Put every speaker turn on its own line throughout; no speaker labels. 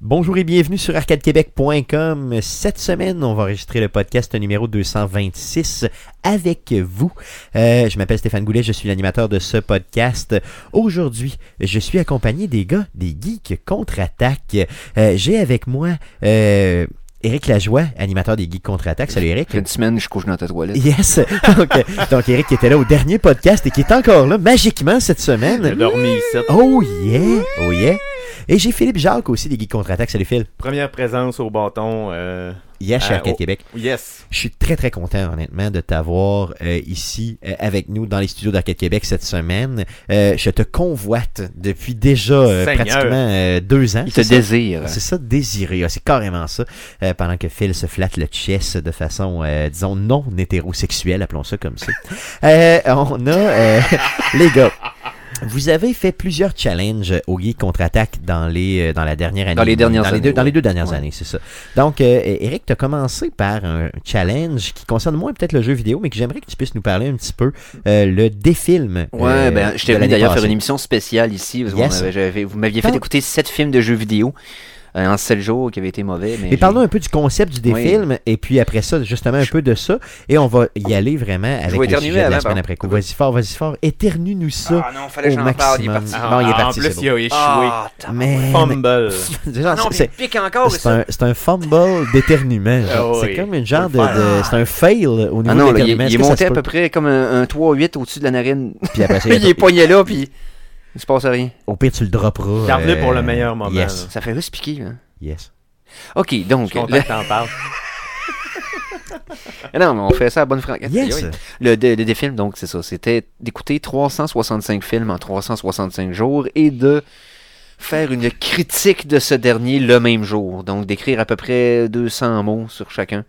Bonjour et bienvenue sur arcadequebec.com. Cette semaine, on va enregistrer le podcast numéro 226 avec vous. Euh, je m'appelle Stéphane Goulet, je suis l'animateur de ce podcast. Aujourd'hui, je suis accompagné des gars des Geeks Contre-Attaque. Euh, J'ai avec moi euh, Éric Lajoie, animateur des Geeks Contre-Attaque. Salut Éric.
J'ai une semaine, je couche dans ta toilette.
Yes! Donc, euh, donc Eric qui était là au dernier podcast et qui est encore là magiquement cette
J'ai
semaine.
dormi ici.
Oh yeah! Oh yeah! Et j'ai Philippe Jacques aussi des Geeks Contre-Attaque. Salut Phil.
Première présence au bâton. euh,
Yes, chez
Ah,
Arcade
oh.
Québec.
yes.
Je suis très très content honnêtement de t'avoir euh, ici euh, avec nous dans les studios d'Arcade Québec cette semaine. Euh, je te convoite depuis déjà euh,
Seigneur.
pratiquement euh, deux ans.
Il te
c'est ça?
désire.
C'est ça, désirer. Ah, C'est carrément ça. Euh, pendant que Phil se flatte le chest de façon, euh, disons, non hétérosexuelle, appelons ça comme ça. Euh, on a, euh, les gars, vous avez fait plusieurs challenges au Guy contre-attaque dans, les, euh, dans la dernière année.
Dans les dernières
dans les
années,
deux, dans les deux
ouais.
dernières
Ouais.
années, c'est ça. Donc, euh, Eric, tu as commencé par un challenge qui concerne moins peut-être le jeu vidéo, mais que j'aimerais que tu puisses nous parler un petit peu, euh, le défilm. euh,
Ouais, ben, je
de
t'ai venu
l'année
d'ailleurs faire
passée.
une émission spéciale ici. Parce qu'on
Yes. Ah.
avait- j'avais- vous m'aviez fait
Donc-
écouter sept films de jeux vidéo euh, en sept jours qui avaient été mauvais. Mais,
Mais
j'ai-
parlons un peu du concept du
Oui.
défilm, et puis après ça, justement, un peu de ça, et on va y aller vraiment avec
vais
le
éternuer
sujet de la
avant,
semaine
pardon.
après coup. Vas-y fort, vas-y fort, éternue-nous ça.
Ah non, fallait
au
que j'en parle. Il est
maximum.
parti.
Non, il est
Ah,
parti,
En plus,
c'est
il a échoué.
Ah,
Mais, mais-
Fumble.
Genre,
non, mais
c'est-
il pique encore.
c'est
ça.
un, c'est un fumble d'éternuement. genre.
Ah oui.
C'est comme une genre de,
Faut le faire.
de- c'est un fail au niveau
Ah
de
non, là, il,
l'éternuement.
il
Est-ce
est
que ça se
monté à
peut?
peu près comme un, un 3-8 au-dessus de la narine.
Puis après ça,
il est poigné là, puis il se passe rien.
Au pire, tu le dropperas.
Garde-le
euh,
pour le meilleur moment.
Yes,
Ça fait juste piquer. hein.
yes.
Ok,
Je
donc.
suis content
le-
que t'en parles.
Non, mais on fait ça à bonne franquette.
Yes.
Le, le, le défilm, donc, c'est ça. C'était d'écouter 365 films en 365 jours et de faire une critique de ce dernier le même jour. Donc, d'écrire à peu près 200 mots sur chacun.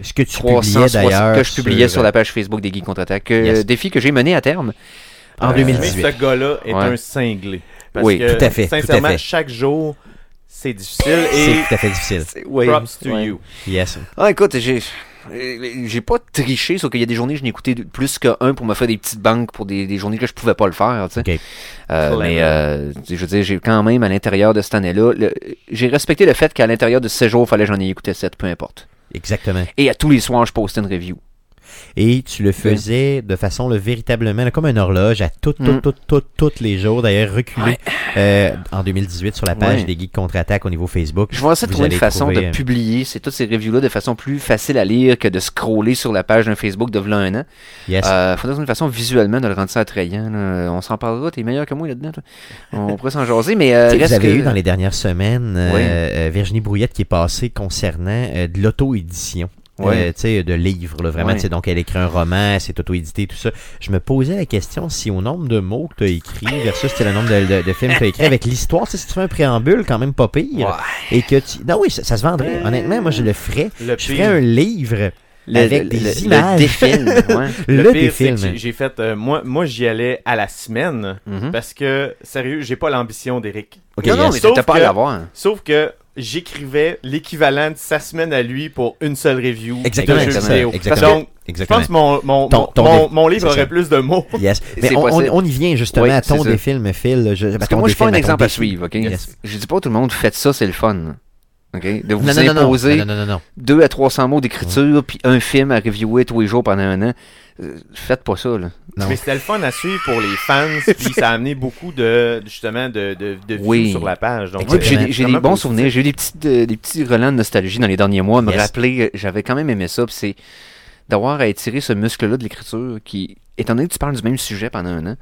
Ce que tu publiais
360
d'ailleurs. euh,
que je publiais sur, la page Facebook des Guy Contre-Attaque. Euh,
Yes.
Défi que j'ai mené à terme.
En
Euh,
Mais
2018.
ce gars-là est
Ouais.
un cinglé. Parce
Oui,
que,
tout à fait, tout à
Sincèrement,
fait.
chaque jour, c'est difficile
C'est
et
tout à fait difficile.
Ouais.
props to
Ouais.
you.
Yes.
Ah, écoute, j'ai. euh, J'ai pas triché, sauf qu'il y a des journées que je n'ai écouté de- plus qu'un pour me faire des petites banques pour des, des journées que je pouvais pas le faire, tu sais.
Ok.
Euh,
Clever.
mais euh, je veux dire, j'ai quand même à l'intérieur de cette année-là, le- j'ai respecté le fait qu'à l'intérieur de 16 jours, il fallait que j'en ai écouté 7, peu importe.
Exactement.
Et à tous les soirs, je postais une review.
Et tu le faisais de façon le, véritablement là, comme une horloge à toutes, toutes,
Mm.
toutes, toutes, toutes les jours. D'ailleurs, reculé euh, en 2018 sur la page
Ouais.
des Geeks Contre-Attaque au niveau Facebook.
Je vais essayer de
Vous
trouver une
allez
façon
trouver, euh,
de publier ces, toutes ces reviews-là de façon plus facile à lire que de scroller sur la page d'un Facebook de v'là un an.
Yes.
Euh, faudrait trouver une façon visuellement de le rendre ça attrayant. là. On s'en parlera, t'es meilleur que moi là-dedans. toi. On pourrait s'en jaser, mais euh,
Tu sais, vous
reste
avez
que-
eu dans les dernières semaines euh,
Oui.
euh, Virginie Brouillette qui est passée concernant euh, de l'auto-édition.
Oui.
Euh, tu sais, de livres, là, vraiment.
Oui.
tu sais, Donc, elle écrit un roman, c'est auto-édité, tout ça. Je me posais la question si au nombre de mots que tu as écrit versus tu sais, le nombre de, de- de films que tu as écrit avec l'histoire, tu sais, si tu fais un préambule, quand même pas pire. Et que tu... Non, oui, ça, ça se vendrait. Honnêtement, moi, je le ferais.
Le
Je ferais un
pire,
livre avec des images.
défilm, ouais.
le,
le pire, c'est
défilm.
que j'ai- j'ai fait. euh, moi, moi j'y allais à la semaine
Hmm?
Mhm.
parce que, sérieux, j'ai pas l'ambition d'Eric.
Ok,
non, non,
yes.
mais t'as
Sauf
pas à
que-
l'avoir.
Sauf que j'écrivais l'équivalent de sa semaine à lui pour une seule review
Exactement,
de jeux
exactement,
vidéo.
exactement.
Donc, je
Exactement.
pense que mon, mon,
Ton-
mon-
ton
mon,
dé-
mon livre
c'est ça.
aurait plus de mots.
Yes. Mais
C'est
on, on-
possible.
on y vient justement
Oui,
à ton
c'est ça.
défilm, Phil. Je,
Parce que moi, je suis pas un exemple à suivre, ok?
Yes.
Je dis pas à tout le monde, faites ça, c'est le fun. Ok? De vous
non, non, non, non.
imposer
Non, non, non, non.
deux à 300 mots d'écriture, puis un film à reviewer tous les jours pendant un an. Euh, faites pas ça, là.
Non.
Mais c'était le fun à suivre pour les fans, puis ça a amené beaucoup de justement de, de, de vues
Oui.
sur la page. Donc,
Oui,
Moi,
c'est
puis j'ai
Exactement.
des- j'ai des
vraiment
bons
positif.
souvenirs. J'ai eu des, petites, euh, des petits relents de nostalgie dans les derniers mois. Me
Yes.
rappeler, euh, j'avais quand même aimé ça, puis c'est d'avoir à étirer ce muscle-là de l'écriture qui, étant donné que tu parles du même sujet pendant un an,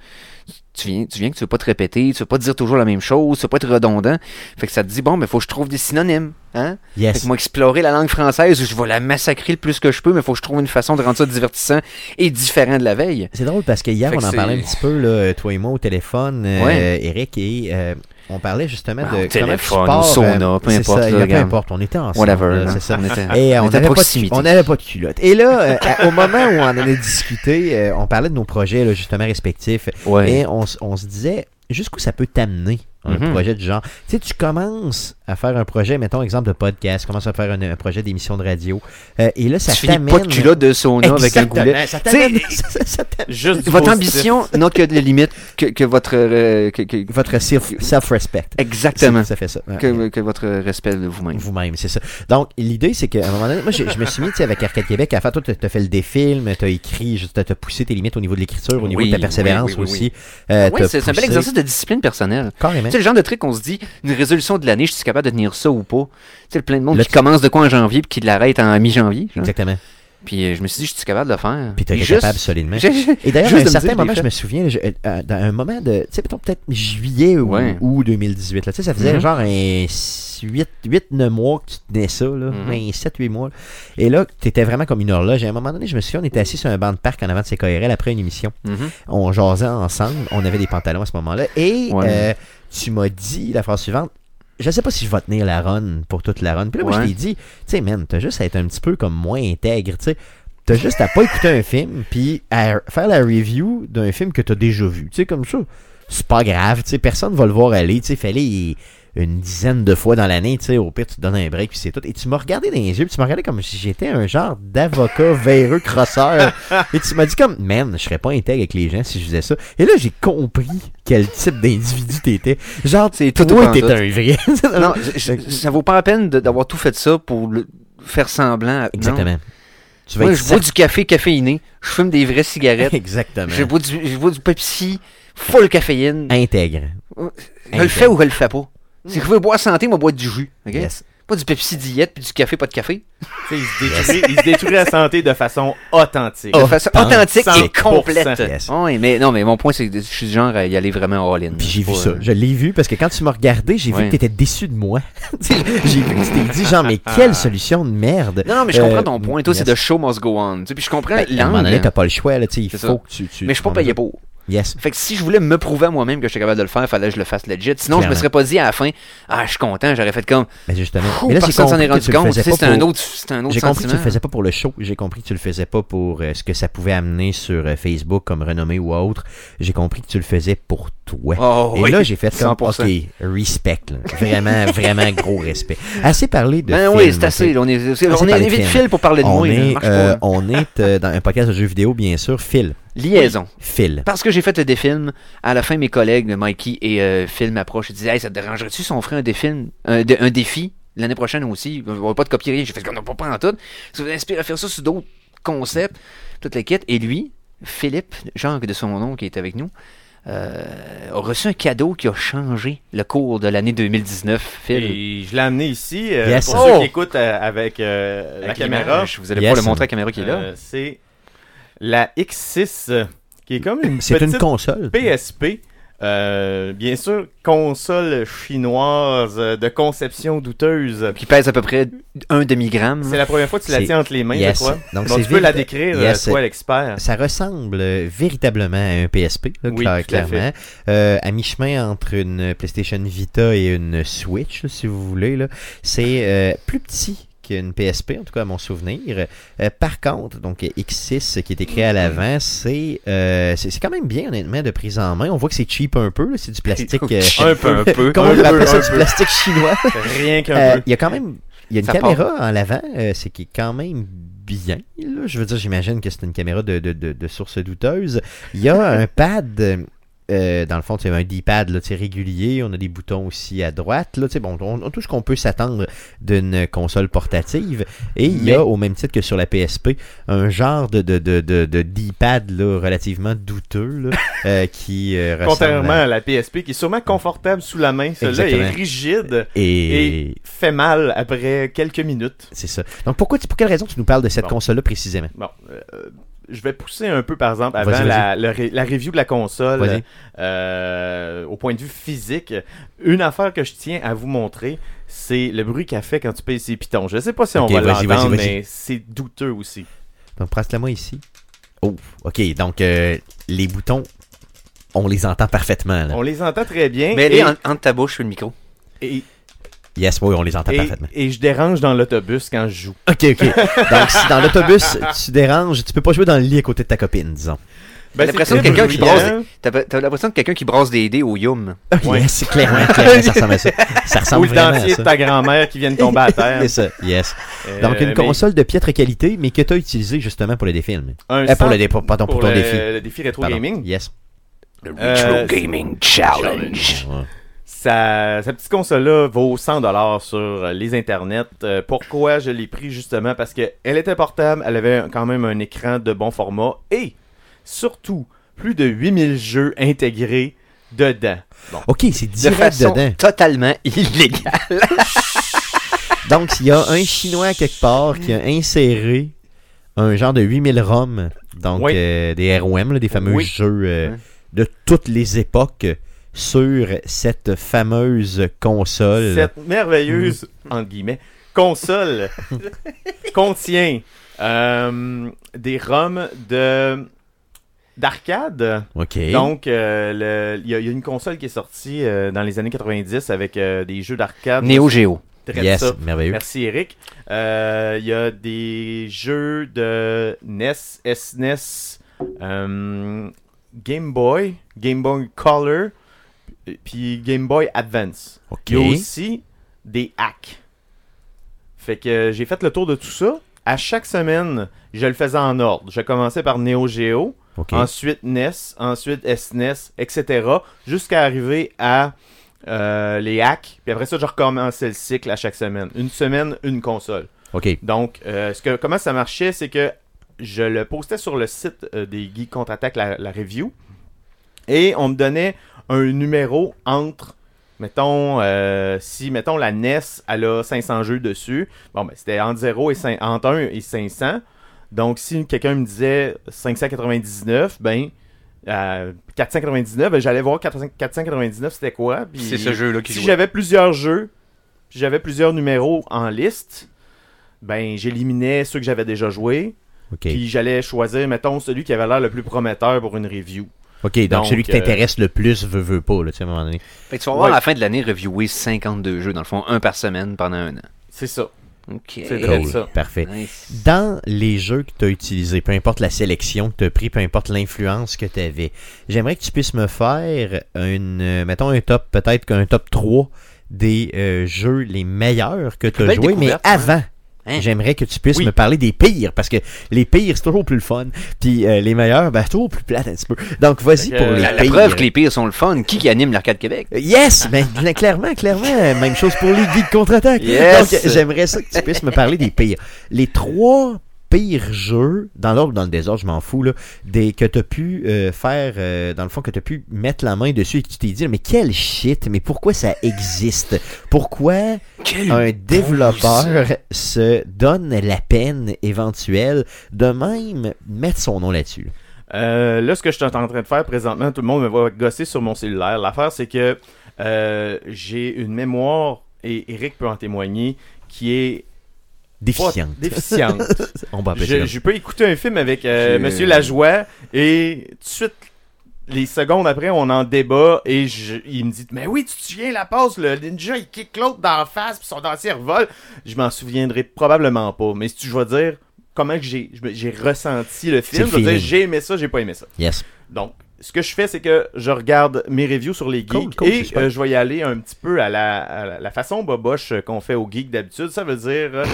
tu viens, tu viens que tu veux pas te répéter, tu veux pas dire toujours la même chose, tu veux pas être redondant. Fait que ça te dit, bon, mais faut que je trouve des synonymes, hein? Fait
Yes.
que moi, explorer la langue française, je vais la massacrer le plus que je peux, mais faut que je trouve une façon de rendre ça divertissant et différent de la veille.
C'est drôle parce que hier,
Fait
on
que
en parlait un
c'est-
petit peu, là, euh, toi et moi, au téléphone, euh,
Ouais.
Eric, et euh, on parlait justement de.
Ah, au
comment tu
téléphone,
pars, euh,
au sauna, peu
c'est
importe,
ça,
là,
il y a peu
regarde.
importe, on était ensemble.
Whatever.
là,
là.
c'est ça.
On était-
Et euh, on
était
n'avait pas,
à
de-
proximité.
on n'avait pas de culotte. Et là, euh, à- au moment où on en a discuté, euh, on parlait de nos projets là, justement respectifs.
Ouais.
Et on, s- on se disait jusqu'où ça peut t'amener un
Mhm.
projet de genre. Tu sais, tu commences à faire un projet, mettons exemple de podcast, commence à faire un, un projet d'émission de radio. Euh, et là, ça
tu finis pas de
t'amène.
culotte de sauna avec un
Exactement,
goulet.
Ça t'amène.
Tu
ça- ça t'amène-
Juste du
Votre
positif.
ambition n'a que des limites que, que votre. euh, que- que-
Votre self- self-respect.
exactement.
Ça fait ça. Ouais.
Que, que votre respect de vous-même.
Vous-même, c'est ça. Donc, l'idée, c'est qu'à un moment donné, moi, je, je me suis mis, tu sais, avec Arcade Québec, à faire, toi, t'as t'as fait le défilm, t'as écrit, juste, t'as t'as poussé tes limites au niveau de l'écriture, au niveau
Oui,
de ta persévérance
oui, oui, oui,
aussi. Euh,
Oui,
t'as
c'est c'est un bel
poussé-
exercice de discipline personnelle.
Carrément.
Tu sais, le genre de truc qu'on se dit, une résolution de l'année, je suis capable de tenir ça ou pas. Tu sais, plein de monde
Là,
qui
tu-
commence de quoi en janvier puis qui l'arrête en mi-janvier. genre.
Exactement.
Puis euh, je me suis dit, je suis capable de le faire.
Puis t'as été
Puis juste-
capable solidement.
j'ai- j'ai-
Et d'ailleurs, à
juste
un
de me
certain
dire,
moment,
l'ai
je me souviens, je- euh, dans un moment de, tu sais, mettons, peut-être juillet ou,
Ouais.
ou 2018, là, tu sais, ça faisait
Mhm.
genre un 8, 9 mois que tu tenais ça, là,
Mhm.
7, 8 mois. là. Et là, t'étais vraiment comme une horloge. Et à un moment donné, je me souviens, on était assis sur un banc de parc en avant de CKRL après une émission.
fait. Mhm.
on jasait ensemble, on avait des pantalons à ce moment-là, et
Ouais.
euh, tu m'as dit la phrase suivante. Je sais pas si je vais tenir la run pour toute la run. Puis là, moi,
Ouais.
je t'ai dit, tu sais, man, t'as juste à être un petit peu comme moins intègre, tu sais. T'as juste à pas écouter un film, puis à faire la review d'un film que t'as déjà vu. Tu sais, comme ça, c'est pas grave, tu sais, personne va le voir aller, tu sais, fallait une dizaine de fois dans l'année, tu sais, au pire, tu te donnes un break, puis c'est tout. Et tu m'as regardé dans les yeux, puis tu m'as regardé comme si j'étais un genre d'avocat véreux crosseur. Et tu m'as dit comme, man, je serais pas intègre avec les gens si je faisais ça. Et là, j'ai compris quel type d'individu t'étais. Genre,
C'est tout
toi,
au
t'es
pantoute.
un vrai.
Non, je- je- ça vaut pas la peine de- d'avoir tout fait ça pour le faire semblant. à- non.
Exactement. Tu vas
Moi,
être
je bois du café caféiné, je fume des vraies cigarettes,
Exactement.
je bois du, je bois du Pepsi, full caféine.
Intègre.
Je le fais ou je le fais pas. Si je veux boire santé, moi, boire du jus. ok?
Yes.
Pas du Pepsi diète puis du café, pas de café.
Tu sais, Il se détruit- il se détruit la santé de façon authentique.
De façon authentique et
100%.
complète.
Yes.
Oui, mais non, mais mon point, c'est que je suis du genre à y aller vraiment all-in.
Puis j'ai vu
Pas,
ça.
euh,
Je l'ai vu parce que quand tu m'as regardé, j'ai vu
Ouais.
que t'étais déçu de moi. Tu sais, j'ai vu que tu t'es dit genre, mais quelle solution de merde.
Ah. Non, non, mais je
Euh,
comprends ton point. Toi,
yes.
c'est de show must go on. Tu sais, Puis je comprends
Ben, à un moment donné,
l'angle.
t'as pas le choix, là, tu sais, il faut
C'est ça.
que tu, tu-
Mais je suis pas
tu-
payé pour.
Yes.
Fait que si je voulais me prouver à moi-même que j'étais capable de le faire, fallait que je le fasse legit. Sinon, je me
Clairement.
serais pas dit à la fin, ah, je suis content, j'aurais fait comme,
Mais justement.
Ouh,
mais là, j'ai
personne s'en
compris
est
que
rendu
tu le
compte.
faisais
Tu sais,
pas
C'est un
pour-
autre, c'est un autre
J'ai compris que tu le
sentiment.
faisais pas pour le show, j'ai compris que tu le faisais pas pour euh, ce que ça pouvait amener sur euh, Facebook comme renommée ou autre, j'ai compris que tu le faisais pour toi.
Oh,
Et
oui.
là, j'ai fait comme,
100%.
ok, respect, là. vraiment, vraiment gros respect. Assez parlé de
Ben
films,
oui, c'est
ok.
assez. là, On est,
Ah, c'est
on
par
est
les
vite
films.
fil pour parler de
On
moi. là,
est,
marche
euh,
pas.
on est euh, dans un podcast de jeux vidéo, bien sûr, Phil.
Liaison.
Phil.
Parce que j'ai fait le défilm, à la fin, mes collègues, Mikey et euh, Phil m'approchent et disent Hey, ça te dérangerait-tu si on ferait un défilm, un, dé- un défi l'année prochaine aussi On va pas te copier rien. J'ai fait qu'on n'a pas pas en tout. Ça vous inspire à faire ça sur d'autres concepts, toute la quête. Et lui, Philippe, Jean de son nom qui est avec nous, euh, a reçu un cadeau qui a changé le cours de l'année 2019. Phil.
Et je l'ai amené ici euh,
Yes.
pour
Oh.
ceux qui écoutent euh, avec euh, la
Avec
caméra.
l'image, Vous allez
Yes.
pas le montrer à la caméra qui est là.
Euh, c'est la X6 euh, qui est comme une
C'est
petite
une console.
PSP. euh, bien sûr, console chinoise euh, de conception douteuse.
qui pèse à peu près un demi-gramme.
C'est la première fois que tu la
C'est-
tiens entre les mains,
Yes.
je crois.
Donc,
Donc,
c'est
tu peux la
vide.
décrire,
Yes.
euh, toi l'expert.
Ça ressemble euh, véritablement à un PSP, là,
Oui,
cla-
tout à fait.
clairement. Euh, à mi-chemin entre une PlayStation Vita et une Switch, là, si vous voulez. là. C'est euh, plus petit qu'une PSP, en tout cas à mon souvenir. Euh, par contre, donc euh, X6 euh, qui est écrit
Mhm.
à l'avant, c'est euh, c'est c'est quand même bien, honnêtement, de prise en main. On voit que c'est cheap un peu, là, c'est du plastique. euh,
Un peu, un peu.
Comment on
un peu,
appelle ça,
un
du
peu.
plastique chinois
Rien qu'un
Euh,
peu.
Il y a quand même il y a une
Ça
caméra en l'avant, euh, c'est qui est quand même bien. là. Je veux dire, j'imagine que c'est une caméra de, de, de, de source douteuse. Il y a un pad. euh, dans le fond, tu as un D-pad là, tu sais, régulier, on a des boutons aussi à droite. Là, tu sais, bon, on, on- tout ce qu'on peut s'attendre d'une console portative. Et il y
Mais-
a, au même titre que sur la PSP, un genre de, de, de, de, de D-pad là, relativement douteux là, euh, qui euh, ressemble à-
Contrairement à la PSP qui est sûrement confortable sous la main, celle-là est
Exactement.
rigide
Et...
et fait mal après quelques minutes.
C'est ça. Donc, pourquoi, tu- pour quelle raison tu nous parles de cette
Bon.
console-là précisément
Bon, euh, je vais pousser un peu, par exemple, avant
Vas-y, vas-y.
la, le ré- la review de la console,
Vas-y.
euh, au point de vue physique. Une affaire que je tiens à vous montrer, c'est le bruit qu'elle fait quand tu pèses ses pitons. Je sais pas si
Ok,
on va
vas-y,
l'entendre,
vas-y, vas-y.
mais c'est douteux aussi.
Donc, presse-la moi ici. Oh, ok. Donc, euh, les boutons, on les entend parfaitement. Là.
On les entend très bien.
Mais elle
et,
est en- entre ta bouche et le micro.
et-
Yes, oui, on les entend
et-
parfaitement.
et je dérange dans l'autobus quand je joue.
Ok, ok. Donc, si dans l'autobus, tu déranges, tu peux pas jouer dans le lit à côté de ta copine, disons.
T'as
Ben, c'est
l'impression de
très
quelqu'un qui
bruyant.
brasse T'as t'as l'impression de quelqu'un qui brasse des dés au yum.
Ouais.
Yes, clairement, clairement, hein, ça ressemble à ça. Ça
Ou
ressemble
le
vraiment à
dentier de
ça.
ta grand-mère qui vient de tomber à terre.
C'est ça, yes.
Euh,
Donc, une
mais
console de piètre qualité, mais que tu as utilisée justement pour le défi. Elmi.
un
Eh, pour
centre
le dé- pour- pardon, pour ton
le-
défi.
Le défi rétro
Pardon.
gaming.
Yes.
Le
Euh,
Retro Gaming Challenge.
Ouais.
Sa, sa petite console-là vaut 100$ sur euh, les internets. Euh, pourquoi je l'ai pris justement Parce qu'elle était portable, elle avait un- quand même un écran de bon format et surtout plus de 8000 jeux intégrés dedans.
Ok, c'est
De
direct
façon
dedans.
totalement illégale.
Donc, il y a un Chinois quelque part qui a
Hmm.
inséré un genre de 8000 ROM, donc
Oui.
euh, des ROM, là, des fameux
Oui.
jeux euh,
Hein.
de toutes les époques, sur cette fameuse console.
Cette merveilleuse, entre guillemets, console contient euh, des ROM de d'arcade.
Ok.
Donc, euh, le- il y, a il y a une console qui est sortie euh, dans les années 90 avec euh, des jeux d'arcade.
Neo Geo.
Traite
yes,
ça.
merveilleux.
Merci Eric. Euh, Il y a des jeux de E NES, SNES, euh, Game Boy, Game Boy Color, et puis Game Boy Advance.
Ok.
Il y a aussi des hacks. Fait que j'ai fait le tour de tout ça. À chaque semaine, je le faisais en ordre. Je commençais par Neo Geo,
Ok.
ensuite NES, ensuite E SNES, etc. Jusqu'à arriver à euh, les hacks. Puis après ça, je recommençais le cycle à chaque semaine. Une semaine, une console.
Ok.
Donc, euh, ce que, comment ça marchait, c'est que je le postais sur le site euh, des Geeks Contre-Attaque, la, la review. Et on me donnait un numéro entre, mettons, euh, si, mettons, la NES, elle a 500 jeux dessus. Bon, ben, c'était entre 0 et 5, entre 1 et 500. Donc, si quelqu'un me disait 599, ben, euh, 499, ben, j'allais voir 400 499 c'était quoi. puis-
jeu-là
si j'avais plusieurs jeux, puis j'avais plusieurs numéros en liste, ben j'éliminais ceux que j'avais déjà joués,
Ok.
puis j'allais choisir, mettons, celui qui avait l'air le plus prometteur pour une review.
Ok, donc,
Donc, euh,
celui qui t'intéresse le plus veut, veut pas, là, tu sais, à un moment donné.
Fait que tu vas voir à
Ouais.
la fin de l'année reviewer 52 jeux, dans le fond, un par semaine pendant un an.
C'est ça.
Ok.
C'est vrai.
Cool,
ça.
parfait.
Nice.
Dans les jeux que tu as utilisés, peu importe la sélection que tu as pris, peu importe l'influence que tu avais, j'aimerais que tu puisses me faire une, euh, mettons un top, peut-être qu'un top 3 des euh, jeux les meilleurs que tu as
belle
joués, mais
découverte, hein.
avant.
Hein?
J'aimerais que tu puisses
Oui.
me parler des pires, parce que les pires, c'est toujours plus le fun, puis euh, les meilleurs, ben, c'est toujours plus plate un petit peu. Donc, vas-y
Fait que,
pour les
La, la
pires.
preuve que les pires sont le fun. Qui qui anime l'Arcade Québec?
Yes, mais cla- clairement, clairement, même chose pour les guides contre-attaque.
Yes.
Donc, j'aimerais ça que tu puisses me parler des pires. Les trois pires jeux, dans l'ordre ou dans le désordre, je m'en fous, là, des, que tu as pu euh, faire, euh, dans le fond, que tu as pu mettre la main dessus et que tu t'es dit, mais quel shit, mais pourquoi ça existe? Pourquoi
Quel
un développeur se donne la peine éventuelle de même mettre son nom là-dessus?
Euh, là, ce que je suis en train de faire présentement, tout le monde me va gosser sur mon cellulaire. L'affaire, c'est que euh, j'ai une mémoire, et Eric peut en témoigner, qui est pas-
Déficiente.
déficiente.
On va appeler ça
je,
comme
je peux écouter un film avec euh,
Je-
Monsieur Lajoie et tout de suite, les secondes après, on en débat et je- il me dit Mais oui, tu te souviens la passe, le ninja il kick l'autre dans la face puis son dentier revole. Je m'en souviendrai probablement pas, mais si tu je vais dire comment que j'ai je me- j'ai ressenti le film,
le
je vais dire
feeling.
j'ai aimé ça, j'ai pas aimé ça.
Yes.
Donc, ce que je fais, c'est que je regarde mes reviews sur les geeks
Cool, cool, c'est
et
super.
euh, je vais y aller un petit peu à la, à la- la façon boboche qu'on fait aux geeks d'habitude. Ça veut dire euh,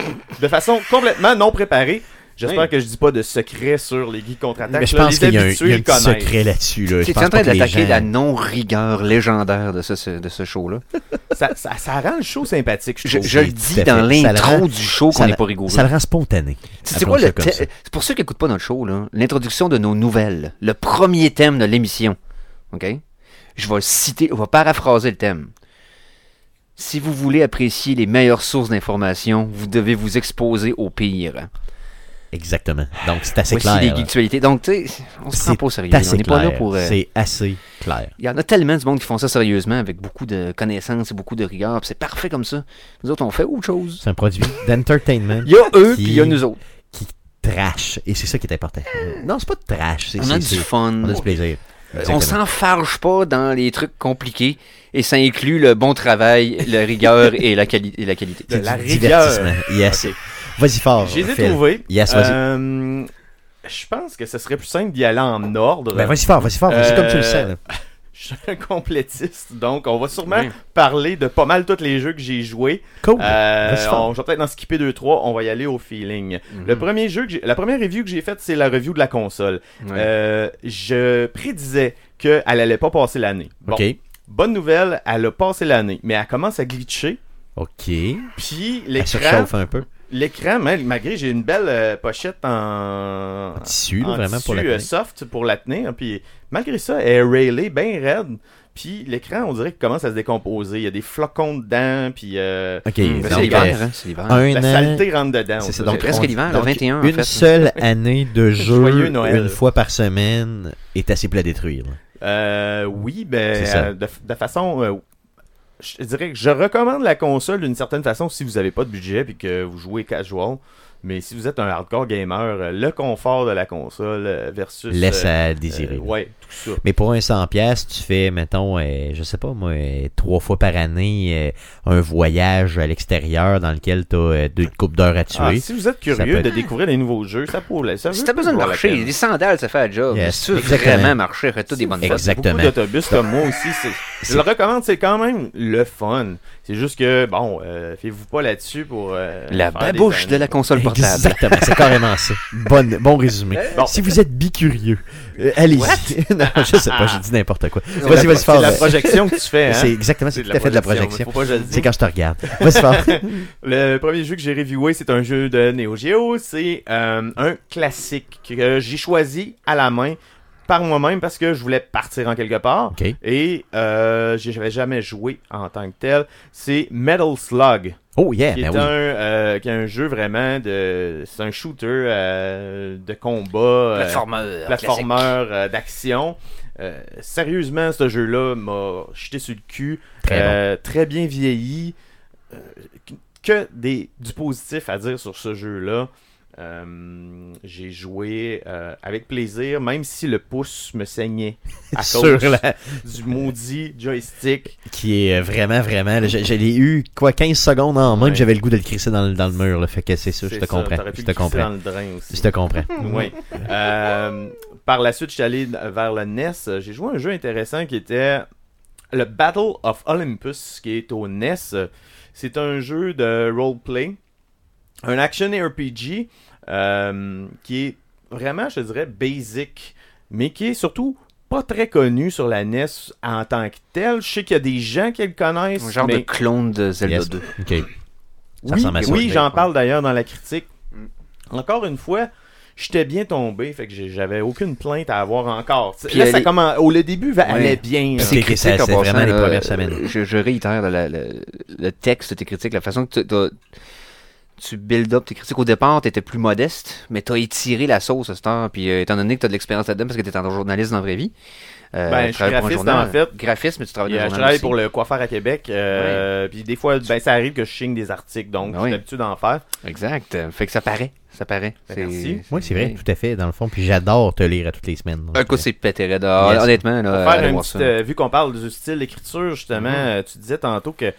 de façon complètement non préparée. J'espère
Oui.
que je dis pas de secret sur les geeks contre-attaque.
Mais je
Là,
pense
les
qu'il y a un,
habitués
il y a un
le
petit
connaissent.
secret là-dessus. Là. Je
T'es
pense
en train
pas que les
d'attaquer
gens-
la non-rigueur légendaire de ce, ce- de ce show-là.
Ça, ça- ça rend le show sympathique, je
Je,
trouve.
je
oui,
le
tout à
dis dans
fait. Ça le rend-
l'intro du show
ça
qu'on n'est
le-
pas rigoureux.
Ça le rend spontané.
C'est c'est quoi le
Appelons ça
thème?
comme ça.
C'est pour ceux qui n'écoutent pas notre show, là. L'introduction de nos nouvelles. Le premier thème de l'émission. OK? Je vais citer, on va paraphraser le thème. Si vous voulez apprécier les meilleures sources d'informations, vous devez vous exposer au pire.
Exactement. Donc, c'est assez
Voici
clair.
les
là.
geektualités. Donc, tu sais, on se prend
C'est
pas au sérieux.
assez
On n'est pas là
clair.
pour. euh,
C'est assez clair.
Il y en a tellement du monde qui font ça sérieusement, avec beaucoup de connaissances et beaucoup de rigueur. puis C'est parfait comme ça. Nous autres, on fait autre chose.
C'est un produit d'entertainment
Il y a eux,
Qui-
puis il y a nous autres.
trash. Et c'est ça qui est important. Euh, Non, c'est pas de trash. C'est,
On a
c'est-
du
c'est-
fun. Euh,
On a du plaisir.
On
Exactement.
s'enfarge pas dans les trucs compliqués et ça inclut le bon travail, la rigueur et la, quali- et la qualité.
De
C'est
la
du
rigueur.
divertissement. Yes.
Ok.
Vas-y fort.
Je les ai
Phil.
trouvés.
Yes, vas-y.
Euh, Je pense que ce serait plus simple d'y aller en ordre.
Ben, vas-y fort, vas-y fort, vas-y
Euh,
comme tu le sais. là.
Je suis un complétiste, donc on va sûrement
Oui.
parler de pas mal tous les jeux que j'ai joués.
Cool.
Euh,
Vas-y fort.
on, je vais peut-être en skipper 2-3, on va y aller au feeling.
Mhm.
Le premier jeu que j'ai- la première review que j'ai faite, c'est la review de la console.
Ouais.
Euh, je prédisais qu'elle allait pas passer l'année. Bon,
OK.
Bonne nouvelle, elle a passé l'année, mais elle commence à glitcher.
OK.
Puis
Elle
l'écran,
surchauffe un peu.
l'écran, mal- malgré j'ai une belle euh, pochette en,
Tissu, là,
en
vraiment pour la
tissu, euh,
tenir.
soft pour la tenir. Puis malgré ça, elle est railée, bien raide. Puis l'écran, on dirait qu'il commence à se décomposer. Il y a des flocons dedans. Puis euh,
OK.
Mmh,
donc,
C'est
euh,
l'hiver, hein, c'est l'hiver.
un
la
an.
saleté rentre dedans.
C'est ça,
C'est
donc,
presque
on-
l'hiver, le
donc,
21 en
Une
fait.
seule année de
Joyeux
jeu,
Noël.
une fois par semaine, est assez plat à détruire. là.
Euh, oui, ben,
C'est ça.
euh, de, de façon. euh, je dirais que je recommande la console d'une certaine façon si vous n'avez pas de budget et que vous jouez casual. Mais si vous êtes un hardcore gamer, euh, le confort de la console euh, versus.
Laisse
euh,
à
euh,
désirer. là.
ouais, tout ça.
Mais pour un 100$, piastres, tu fais, mettons, euh, je sais pas moi, euh, trois fois par année, euh, un voyage à l'extérieur dans lequel tu as deux coupes d'heures à
Ah,
tuer.
si vous êtes
Ça peut
curieux
être-
de découvrir des nouveaux jeux, ça pour ça
Si
vaut
t'as besoin de
toujours la
marcher,
peine.
les sandales, ça fait la job.
Yes,
si tu veux
exactement.
vraiment marcher, fais tout des bonnes
Vous faites
choses.
Exactement.
Beaucoup d'autobus comme moi aussi. c'est- Je le recommande, c'est quand même le fun. C'est juste que, bon, euh, faites-vous pas là-dessus pour. euh,
La
faire des
babouche de
années.
la console portable.
Exactement, c'est carrément ça. Bonne, bon résumé.
Bon.
Si vous êtes bicurieux, euh, allez-y. non, je sais pas, je dis n'importe quoi.
C'est
Vas-y,
la-
vas-y fort.
C'est la
euh,
projection que tu fais, hein?
C'est exactement, c'est tout à fait de la
mais
projection.
Faut pas que je le dise.
C'est quand je te regarde. Vas-y fort.
Le premier jeu que j'ai reviewé, c'est un jeu de Neo Geo. C'est euh, un classique que j'ai choisi à la main par moi-même parce que je voulais partir en quelque part.
OK.
Et euh, j'y avais jamais joué en tant que tel. C'est Metal Slug,
Oh yeah,
qui, est
ben
un,
oui.
euh, qui est un jeu vraiment de... C'est un shooter euh, de combat. euh,
Plateformeur.
plateformeur euh, d'action. Euh, sérieusement, ce jeu-là m'a jeté sur le cul.
Très
Euh, très bien vieilli. Euh, que des, du positif à dire sur ce jeu-là. Euh, j'ai joué euh, avec plaisir, même si le pouce me saignait à
Sur
cause
la-
du maudit joystick.
qui est euh, vraiment, vraiment. là, je je l'ai eu quoi 15 secondes en main,
Ouais.
puis j'avais le goût de le crisser dans le, dans le mur. Là, fait que c'est ça, je
C'est
te comprends.
t'aurais pu
Je
le
te
glisser
comprends.
dans le drain aussi.
Je te comprends.
Oui. Euh, par la suite, je suis allé vers le NES. J'ai joué à un jeu intéressant qui était le Battle of Olympus, qui est au NES. C'est un jeu de roleplay, un action RPG euh, qui est vraiment, je dirais, basic, mais qui est surtout pas très connu sur la NES en tant que tel. Je sais qu'il y a des gens qui le connaissent.
Un genre
mais...
de clone de Zelda
Yes.
2.
OK. Ça
oui,
ressemble à ça.
oui,
mais-
j'en parle d'ailleurs dans la critique.
Mm.
Encore une fois, j'étais bien tombé, fait que j'ai- j'avais aucune plainte à avoir encore.
Puis
là,
elle
ça
est-
commence au le début, va-
Ouais.
allait bien. euh.
Puis
là.
c'est- critiques,
critiques,
c'est
en
vraiment
passant,
les
là,
premières semaines.
Je, je réitère là, la- la- le texte de tes critiques, la façon que tu, t'as- tu build up tes critiques. Au départ, tu étais plus modeste, mais tu as étiré la sauce à cette heure. Puis euh, étant donné que tu as de l'expérience là-dedans, parce que tu es en journaliste dans la vraie vie, euh,
Ben, je
tu
suis
travailles pour un
graphiste,
journal.
en fait.
Graphiste, mais tu travailles
Puis,
dans un
euh, je
journal
travaille
aussi.
pour le coiffeur à Québec, euh, puis des fois, ben, ça arrive que je chigne des articles, donc
Ben
j'ai
oui.
l'habitude d'en faire.
Exact. Euh, Fait que ça paraît. Ça paraît.
Ben, merci.
Oui, c'est vrai, tout à fait, dans le fond. Puis j'adore te lire à toutes les semaines. donc, euh,
Un coup, c'est pété, raide. Ah,
Yes.
Honnêtement, là,
Pour faire
allez
une
voir
petite,
ça.
euh, vu qu'on parle du style d'écriture, justement,
Mhm.
euh, tu disais tantôt que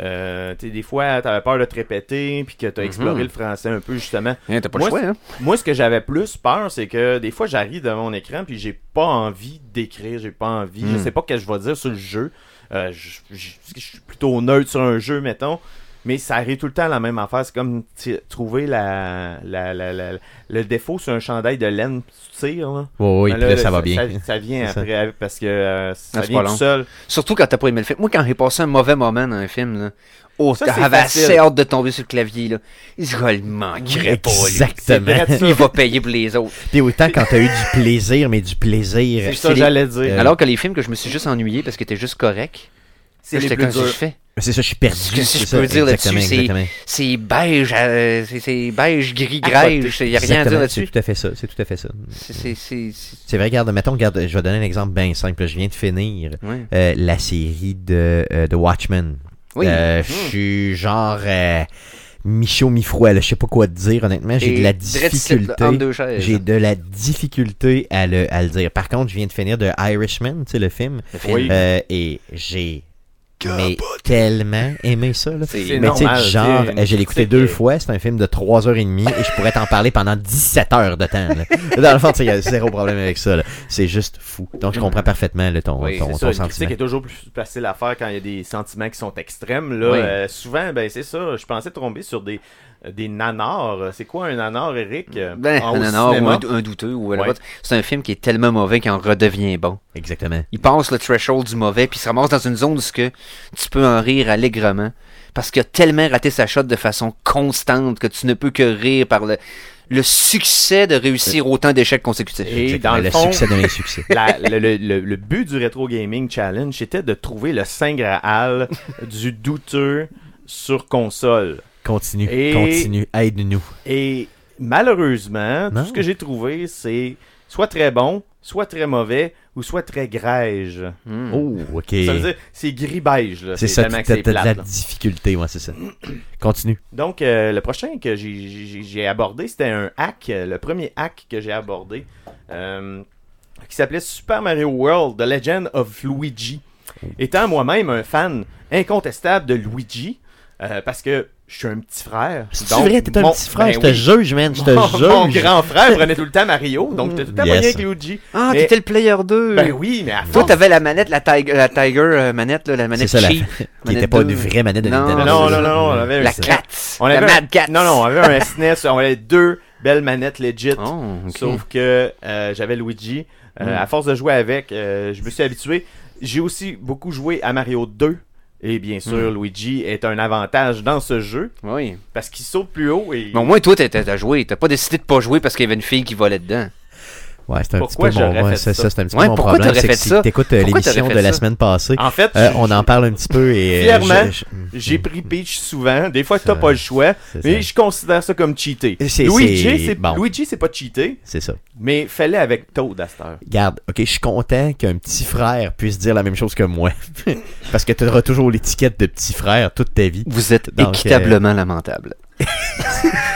euh, t'sais, des fois, t'avais peur de te répéter, puis que t'as
Mhm.
exploré le français un peu, justement.
Eh, T'as pas
moi,
le choix, hein?
Moi, ce que j'avais plus peur, c'est que des fois, j'arrive devant mon écran puis j'ai pas envie d'écrire, j'ai pas envie, je
Hmm.
Mm.
sais pas ce que je vais dire sur le jeu. Euh, je, je- je suis plutôt neutre sur un jeu, mettons. Mais ça arrive tout le temps la même affaire. C'est comme t- trouver la, la, la- la- le défaut sur un chandail de laine. Tu tires, là.
ouais. Oui, oui,
Ben
puis là, ça va bien.
Ça, vient
C'est ça.
après parce que euh, ça
Ah, c'est
vient
pas
tout
long.
seul.
Surtout quand t'as pas aimé le film. Moi, quand j'ai passé un mauvais moment dans un film, là, oh,
Ça, c'est
t'avais
facile.
assez hâte de tomber sur le clavier, là. Il se dit, il manquerait pas, lui.
Exactement.
C'est vrai,
Il va payer pour les autres.
Puis autant quand t'as eu du plaisir, mais du plaisir.
C'est ça que
les-
j'allais dire.
Euh,
Alors que les films que je me suis juste ennuyé parce qu'ils étaient juste corrects,
c'est
là,
les
j'étais
plus
comme si je
durs.
fais.
C'est ça, je suis perdu.
Ce que si
c'est
je
ça,
peux dire là-dessus,
exactement,
c'est-
exactement.
C'est beige, euh, c'est- c'est beige, gris,
Apporté.
grège, il y a rien à
Exactement,
dire
C'est
là-dessus.
tout à fait ça. C'est tout à fait ça.
C'est, c'est, c'est, c'est-
C'est vrai, regarde, mettons, regarde, je vais donner un exemple bien simple. Je viens de finir
ouais.
euh, la série de, euh, de Watchmen.
Oui.
Hmm.
Hmm.
Euh, je suis genre euh, mi-chaud, mi-froid. là. Je sais pas quoi te dire, honnêtement. J'ai
Et
de la
direct slip
difficulté.
entre deux chaises.
J'ai de la difficulté à le, à le dire. Par contre, je viens de finir de Irishman, tu sais, le film.
Le film.
Oui.
Euh, et j'ai mais tellement aimé ça. Là.
C'est
Mais tu sais,
normal,
du genre,
c'est une
euh, je l'ai écouté
critique,
deux
euh,
fois, c'est un film de 3h30 et je pourrais t'en parler pendant 17 heures de temps. Là. Dans le fond, tu sais, il y a zéro problème avec ça. là. C'est juste fou. Donc, je comprends parfaitement là, ton,
Oui,
ton,
Mm. C'est
ton
ça, une
sentiment.
critique est toujours plus facile à faire quand il y a des sentiments qui sont extrêmes. Là.
Oui.
Euh, souvent, ben, c'est ça, je pensais tomber sur des, euh, des nanars. C'est quoi un nanar, Eric? euh,
Ben,
en haut
un
au
nanar ou
cinéma?
un, un douteux ou whatever.
Ouais.
C'est un film qui est tellement mauvais qu'il en redevient bon.
Exactement.
Il passe le threshold du mauvais puis il se ramasse dans une zone où ce que tu peux en rire allègrement parce qu'il a tellement raté sa shot de façon constante que tu ne peux que rire par le, le succès de réussir autant d'échecs consécutifs.
Et
Exactement.
dans le
le
fond-
succès de l'insuccès.
La- le, le- le- le but du Retro Gaming Challenge c'était de trouver le saint graal du douteux sur console.
Continue,
Et-
continue, aide-nous.
Et malheureusement,
Non.
tout ce que j'ai trouvé, c'est soit très bon, soit très mauvais, ou soit très grège.
Hmm.
Oh, OK.
Ça veut dire, c'est gris-beige, là.
C'est ça,
tellement
t'as
que c'est
t'as de la
plate, là.
difficulté, ouais, c'est ça. Continue.
Donc, euh, le prochain que j'ai- j'ai j'ai abordé, c'était un hack, euh, le premier hack que j'ai abordé, euh, qui s'appelait Super Mario World, The Legend of Luigi. Étant moi-même un fan incontestable de Luigi, euh, parce que je suis un petit frère.
C'est
donc
vrai, t'es un
mon-
petit frère,
ben
je te
oui.
juge, man, je te
mon,
juge.
mon grand frère prenait tout le temps Mario, donc j'étais tout le temps
Yes.
pogné avec Luigi.
Ah,
Mais-
t'étais le player 2.
Ben oui, mais à
Toi,
force...
t'avais la manette, la Tiger, la tiger euh, manette, là, la
C'est
manette
ça, la... qui
cheap.
était
manette
pas
deux.
une vraie manette de
Non.
Nintendo.
Non, non, non, non, on avait
La
un-
Cat.
on
la
avait un-
Mad Cat.
Non, non, on avait un SNES, on avait deux belles manettes legit.
Oh, ok.
Sauf que euh, j'avais Luigi. Euh,
Mm.
À force de jouer avec, euh, je me suis habitué. J'ai aussi beaucoup joué à Mario 2. Et bien
Mm.
sûr, Luigi est un avantage dans ce jeu
Oui.
parce qu'il saute plus haut. Et
Mais au moins, toi, t'as- t'as t'as joué. T'as pas décidé de pas jouer parce qu'il y avait une fille qui volait dedans.
Ouais, c'est un petit
Pourquoi
peu mon,
j'aurais
ouais,
fait
ça,
ça?
ça, c'est un petit peu
Ouais,
mon
pourquoi
problème.
t'aurais
C'est que
fait
si
ça?
t'écoutes euh,
Pourquoi
l'émission
t'aurais
de
fait
la
ça?
semaine passée,
en fait,
euh,
j-
on en parle un petit peu et. euh,
Ah,
je-
Fièrement,
je-
j'ai pris Peach souvent. Des fois,
Ça-
t'as pas le choix.
c'est ça.
Mais je considère ça comme cheater.
C'est- c'est-
Luigi, c'est
bon.
Luigi, c'est pas cheater,
C'est ça.
mais fallait avec Toad à cette heure.
Garde, ok, je suis content qu'un petit frère puisse dire la même chose que moi. Parce que tu auras toujours l'étiquette de petit frère toute ta vie.
Vous êtes
Donc,
équitablement lamentable.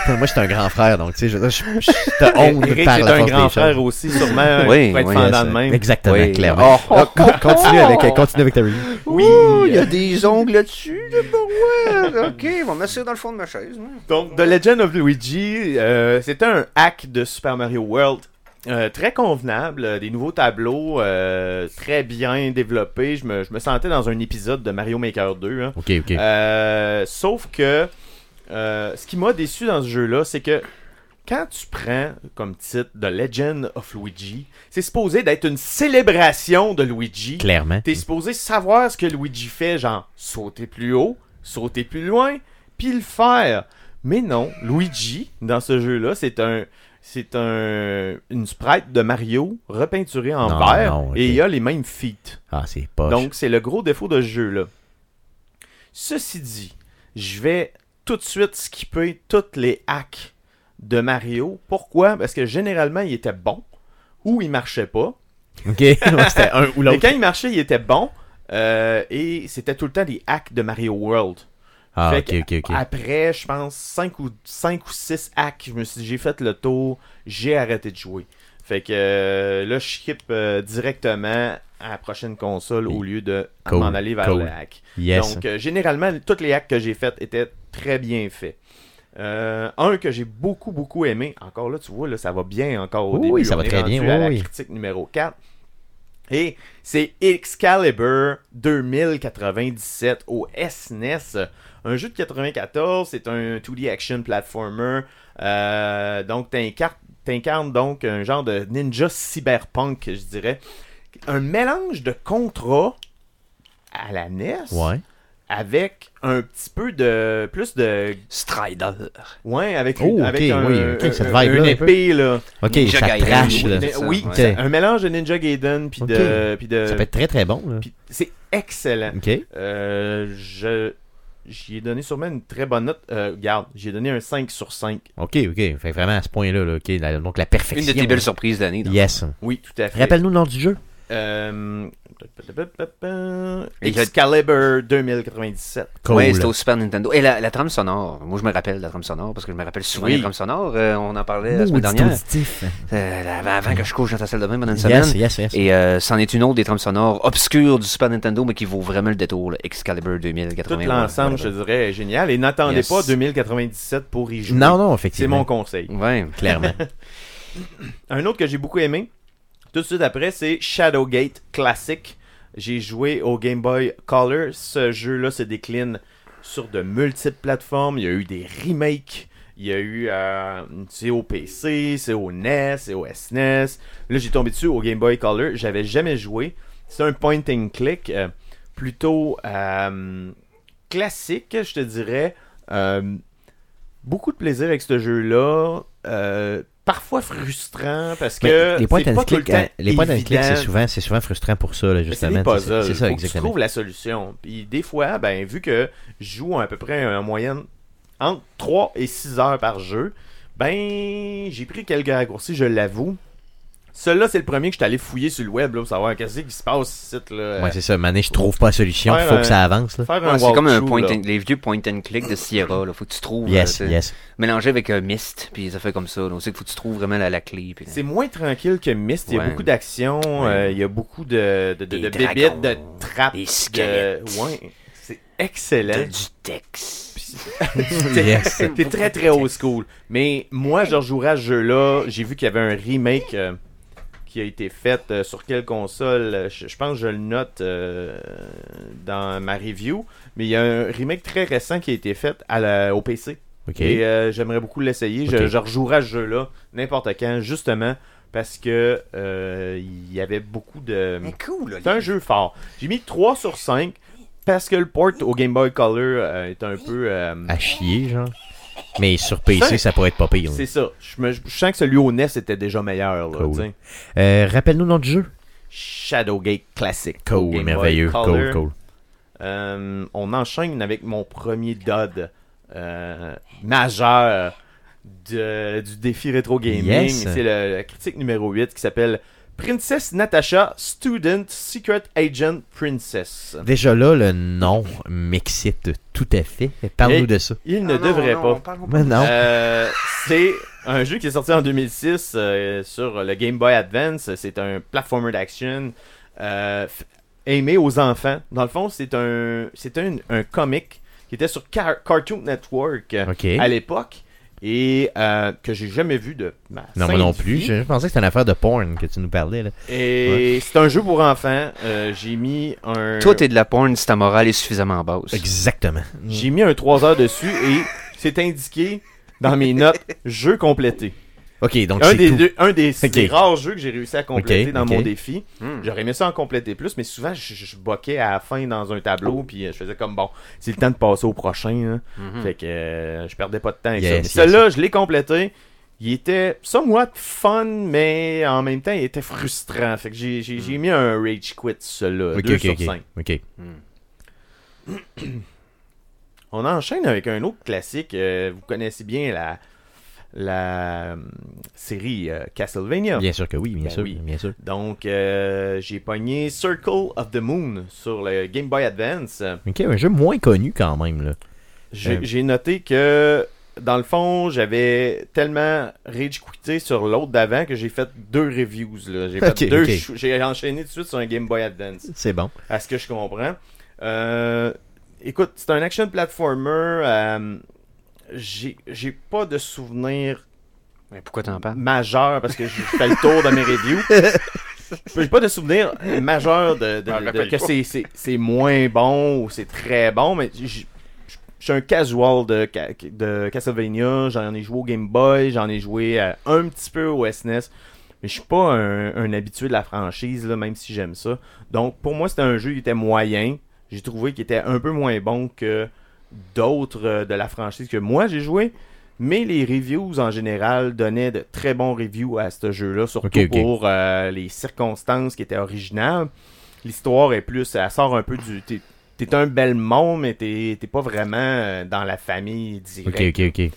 Moi, j'étais un grand frère, donc tu sais, je, je, je te honte
Eric,
par
c'est
la
un
force
grand
des
frère
choses.
aussi, sûrement.
Oui,
pour être
oui,
fendant
hein. Yes,
de même.
Exactement,
Oui.
clairement.
Oh,
Donc, con- continue avec, euh, continue avec ta review.
Oui,
a des ongles là-dessus. Ouais, ok, on va m'assurer dans le fond de ma chaise. hein.
Donc, The Legend of Luigi, euh, c'était un hack de Super Mario World. Euh, très convenable, euh, des nouveaux tableaux euh, très bien développés. Je me, je me sentais dans un épisode de Mario Maker 2. hein.
Ok, ok.
Euh, sauf que euh, ce qui m'a déçu dans ce jeu-là, c'est que quand tu prends comme titre The Legend of Luigi, c'est supposé d'être une célébration de Luigi.
clairement.
T'es supposé savoir ce que Luigi fait, genre sauter plus haut, sauter plus loin, puis le faire. Mais non, Luigi, dans ce jeu-là, c'est un. C'est un, une sprite de Mario repeinturée en
Non,
vert
non, ok.
et il a les mêmes feats.
Ah, c'est pas.
Donc, c'est le gros défaut de ce jeu-là. Ceci dit, je vais tout de suite skipper toutes les hacks de Mario. Pourquoi Parce que généralement, il était bon ou il marchait pas.
Ok, ouais, c'était un ou
Mais
l'autre.
quand il marchait, il était bon. euh, et c'était tout le temps des hacks de Mario World.
Ah,
Fait
ok, ok, ok.
Après, je pense, 5 ou, 5 ou 6 hacks, je me suis dit, j'ai fait le tour, j'ai arrêté de jouer. Fait que euh, là, je skip euh, directement à la prochaine console au lieu de
Cool,
m'en aller vers
cool.
le hack.
Yes.
Donc, euh, généralement, toutes les hacks que j'ai faites étaient très bien faits. Euh, un que j'ai beaucoup, beaucoup aimé, encore là, tu vois, là, ça va bien encore au
Oui,
début.
oui, ça
On
va
est
très
rendu
bien,
à
oui,
la
oui.
critique numéro 4. Et c'est Excalibur 2097 au SNES. Un jeu de 94, c'est un 2D action platformer. Euh, donc, t'incarnes t'incarnes donc un genre de ninja cyberpunk, je dirais. Un mélange de contrat à la E NES
Ouais.
avec un petit peu de plus de
Strider.
ouais avec
Oh, ok,
avec un,
oui, ok,
un-
cette
un-
vibe-là,
une
un peu.
épée là
Ok,
Ninja
ça
Gaiden,
trash, là.
oui.
Mais
ça,
oui
ouais.
c'est un mélange de Ninja Gaiden puis de puis de
Ça peut être très très bon, là.
puis c'est excellent
Ok.
euh, je j'y ai donné sûrement une très bonne note Euh, regarde j'ai donné un 5 sur 5
Ok, ok. Fait que vraiment à ce point-là, là, ok. la- donc la
Une
perfection.
de tes belles surprises d'année. donc.
Yes.
oui tout à fait
Rappelle-nous le nom du jeu.
Euh, Excalibur 2097.
Cool.
Ouais, c'était au Super Nintendo. Et la, la trame sonore. Moi, je me rappelle de la trame sonore parce que je me rappelle souvent de
Oui.
la trame sonore. Euh, on en parlait la
Maudit
semaine dernière.
auditif.
Euh, là, avant que je couche dans ta salle de bain pendant une semaine.
Yes, yes, yes.
Et euh, c'en est une autre des trames sonores obscures du Super Nintendo, mais qui vaut vraiment le détour. là. Excalibur 2080.
Tout l'ensemble, je
whatever.
dirais, est génial. Et n'attendez
Yes.
pas 2097 pour y jouer.
Non, non,
C'est mon
effectivement.
conseil.
Ouais.
Clairement.
Un autre que j'ai beaucoup aimé, tout de suite après, c'est Shadowgate Classic. J'ai joué au Game Boy Color. Ce jeu-là se décline sur de multiples plateformes. Il y a eu des remakes. Il y a eu. euh, c'est au PC, c'est au NES, c'est au SNES. Là, j'ai tombé dessus au Game Boy Color. J'avais jamais joué. C'est un point and click euh, plutôt euh, classique, je te dirais. Euh, beaucoup de plaisir avec ce jeu-là. Euh, parfois frustrant parce que
Mais les points
c'est pas
and
tout le
click,
temps
euh, les points and click,
évident.
c'est souvent, c'est souvent frustrant pour ça, là,
Mais C'est
justement.
des puzzles.
c'est ça,
Faut que tu
exactement.
trouves la solution. Puis des fois, ben, vu que je joue à peu près en moyenne entre 3 et 6 heures par jeu, ben, j'ai pris quelques raccourcis, je l'avoue. Celui-là, c'est le premier que je suis allé fouiller sur le web là, pour savoir qu'est-ce qui se passe ici. Là.
Ouais, c'est ça. Mané, je trouve pas la solution.
Faire
Faut
un-
que ça avance, là.
Faire
Ouais, c'est comme un
walkthrough,
point
là.
and- les vieux point and click de Sierra. Là. Faut que tu trouves.
Yes,
euh,
yes.
Mélangé avec un mist, puis ça fait comme ça. là. On sait qu'il faut que tu trouves vraiment la, la clé. puis-
C'est moins tranquille que Myst. Il y a
Ouais.
beaucoup d'action. euh, il y a beaucoup de, de, de,
Des
de
dragons,
bébites, de trappes.
des
de-
squelettes.
Ouais. C'est
T'as
excellent.
du texte.
Yes.
T'es très très old school. Mais moi, je rejouerais à ce jeu-là. J'ai vu qu'il y avait un remake euh, qui a été fait euh, sur quelle console Euh, je, je pense que je le note euh, dans ma review. Mais il y a un remake très récent qui a été fait à la- au PC.
OK.
Et euh, j'aimerais beaucoup l'essayer. Je,
Ok.
je rejouerai à ce jeu-là n'importe quand, justement, parce que euh, il y avait beaucoup de.
Mais cool, là.
C'est un jeu fort. J'ai mis 3 sur 5 parce que le port au Game Boy Color euh, est un peu. euh,
À chier, genre. Mais sur PC,
Ça-
ça pourrait être pas pire. là.
c'est ça. Je, me, je sens que celui au NES était déjà meilleur. Là,
Cool.
tu sais.
Euh, Rappelle-nous le nom du jeu.
Shadowgate Classic. au
Cool,
Game Boy
merveilleux. Cool,
Color.
cool.
Euh, on enchaîne avec mon premier dod euh, majeur de- du défi rétro gaming.
Yes.
C'est le- la critique numéro 8 qui s'appelle Princess Natasha, Student Secret Agent Princess.
Déjà là, le nom m'excite tout à fait. Parle-nous
Et-
de ça.
Il
Ah
ne devrait pas.
Mais non.
Euh, c'est un jeu qui est sorti en 2006 euh, sur le Game Boy Advance. C'est un platformer d'action euh, f- aimé aux enfants. Dans le fond, c'est un c'est un, un comic qui était sur Car- Cartoon Network euh,
OK.
à l'époque et euh, que j'ai jamais vu de ma
Non, moi
sainte
non plus.
vie.
Je, je pensais que c'était une affaire de porn que tu nous parlais. Là.
Et c'est un jeu pour enfants. Euh, j'ai mis un
Toi, t'es de la porn si ta morale est suffisamment basse.
Exactement.
j'ai mis un 3 heures dessus et c'est indiqué dans mes notes jeu complété.
OK, donc
un
c'est
des,
tout.
deux- un des, des
Ok.
rares jeux que j'ai réussi à compléter
Ok,
dans
ok.
mon défi.
Hmm.
J'aurais aimé ça en compléter plus, mais souvent je, je- je boquais à la fin dans un tableau, puis euh, je faisais comme bon, c'est le temps de passer au prochain. hein.
Mhm.
Fait que euh, je perdais pas de temps avec
Yes,
ça. Mais
yes,
celui-là, je l'ai complété. Il était somewhat fun, mais en même temps, il était frustrant. Fait que j'ai, j'ai- j'ai mis un rage quit, celui-là.
OK,
deux
OK,
sur
OK.
cinq.
OK.
On enchaîne avec un autre classique. euh, vous connaissez bien la, la euh, série euh, Castlevania.
Bien sûr que oui, bien
Ben
sûr.
oui.
Bien sûr.
Donc, euh, j'ai pogné Circle of the Moon sur le Game Boy Advance.
OK, un jeu moins connu quand même. Là. Euh.
J'ai j'ai noté que, dans le fond, j'avais tellement rage quitté sur l'autre d'avant que j'ai fait deux reviews. là. J'ai fait
Ok,
deux
ok.
chou- J'ai enchaîné tout de suite sur un Game Boy Advance,
C'est bon.
à ce que je comprends. Euh, écoute, c'est un action platformer. euh, j'ai j'ai pas de souvenir
Mais pourquoi t'en parles?
majeur parce que je fais le tour de mes reviews. J'ai pas de souvenir majeur de, de-
Ah,
de-
rappelle
que
pas.
c'est- c'est c'est moins bon ou c'est très bon, mais j- j- je suis un casual de, ca- de Castlevania. J'en ai joué au Game Boy, j'en ai joué euh, un petit peu au SNES. Mais je suis pas un, un habitué de la franchise, là, même si j'aime ça. Donc pour moi, c'était un jeu qui était moyen. J'ai trouvé qu'il était un peu moins bon que d'autres euh, de la franchise que moi j'ai joué. Mais les reviews en général donnaient de très bons reviews à ce jeu-là, surtout
Ok, ok.
pour euh, les circonstances qui étaient originales. L'histoire est plus, elle sort un peu du. T'es, t'es un bel monde, mais t'es, t'es pas vraiment euh, dans la famille directe.
OK, OK, OK.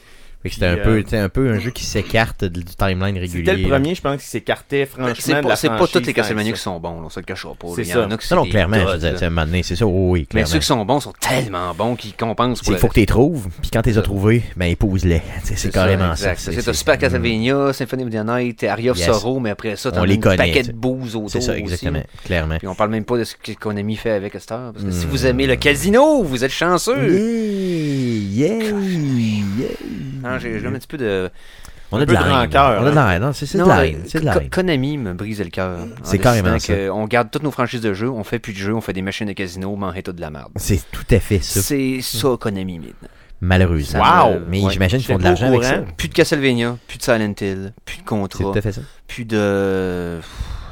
Fait que c'était un,
Puis,
peu,
euh,
tu sais, un peu un jeu qui s'écarte de- du timeline régulier.
C'était le
là.
premier, je pense, qui s'écartait franchement
Ben, C'est
de la
pas, c'est pas
franchise
toutes les
tant
Castlevania
que
qui
ça.
sont bons, là, on se le cachera pas.
C'est
Il y
ça.
en a qui
Non, non,
des
clairement,
dots,
je veux dire,
là.
tu sais, à un moment donné, c'est ça, oui, oui,
Mais
clairement.
ceux qui sont bons sont tellement bons qu'ils compensent pour
C'est
le
qu'il faut que tu les trouves, puis quand tu les as trouvés, ben épouse-les. Tu sais, C'est carrément ça.
exact. C'est un Super Castlevania, Symphony of the Night, Aria of
Yes.
Sorrow, mais après ça, t'as
On les
un
connaît,
paquet
t'sais.
de bouses autour
C'est ça,
aussi.
exactement. Clairement.
Puis on parle même pas de ce que Konami fait avec Star. Parce que si
Mm.
vous aimez le casino, vous êtes chanceux.
Yeah, yeah, yeah.
Hein, J'ai j'ai un petit peu de.
On
Un
a de
peu
la
de
haine.
rancœur, hein.
On a de la haine. Non, c'est c'est de la
euh,
haine. C'est de la
Ko-
haine.
Konami me brise le cœur. en
C'est
décidant
carrément
que
ça.
On garde toutes nos franchises de jeux, on fait plus de jeux, on fait des machines de casino, mais on est tout de la merde.
C'est tout à fait ça.
C'est ça, Konami, maintenant.
Malheureusement.
Ça me-
Mais
ouais.
j'imagine qu'ils font de
J'étais
l'argent
pas au
avec ça.
courant.
Plus de Castlevania, plus de Silent Hill, plus de
C'est
Contra,
tout à fait ça.
plus de.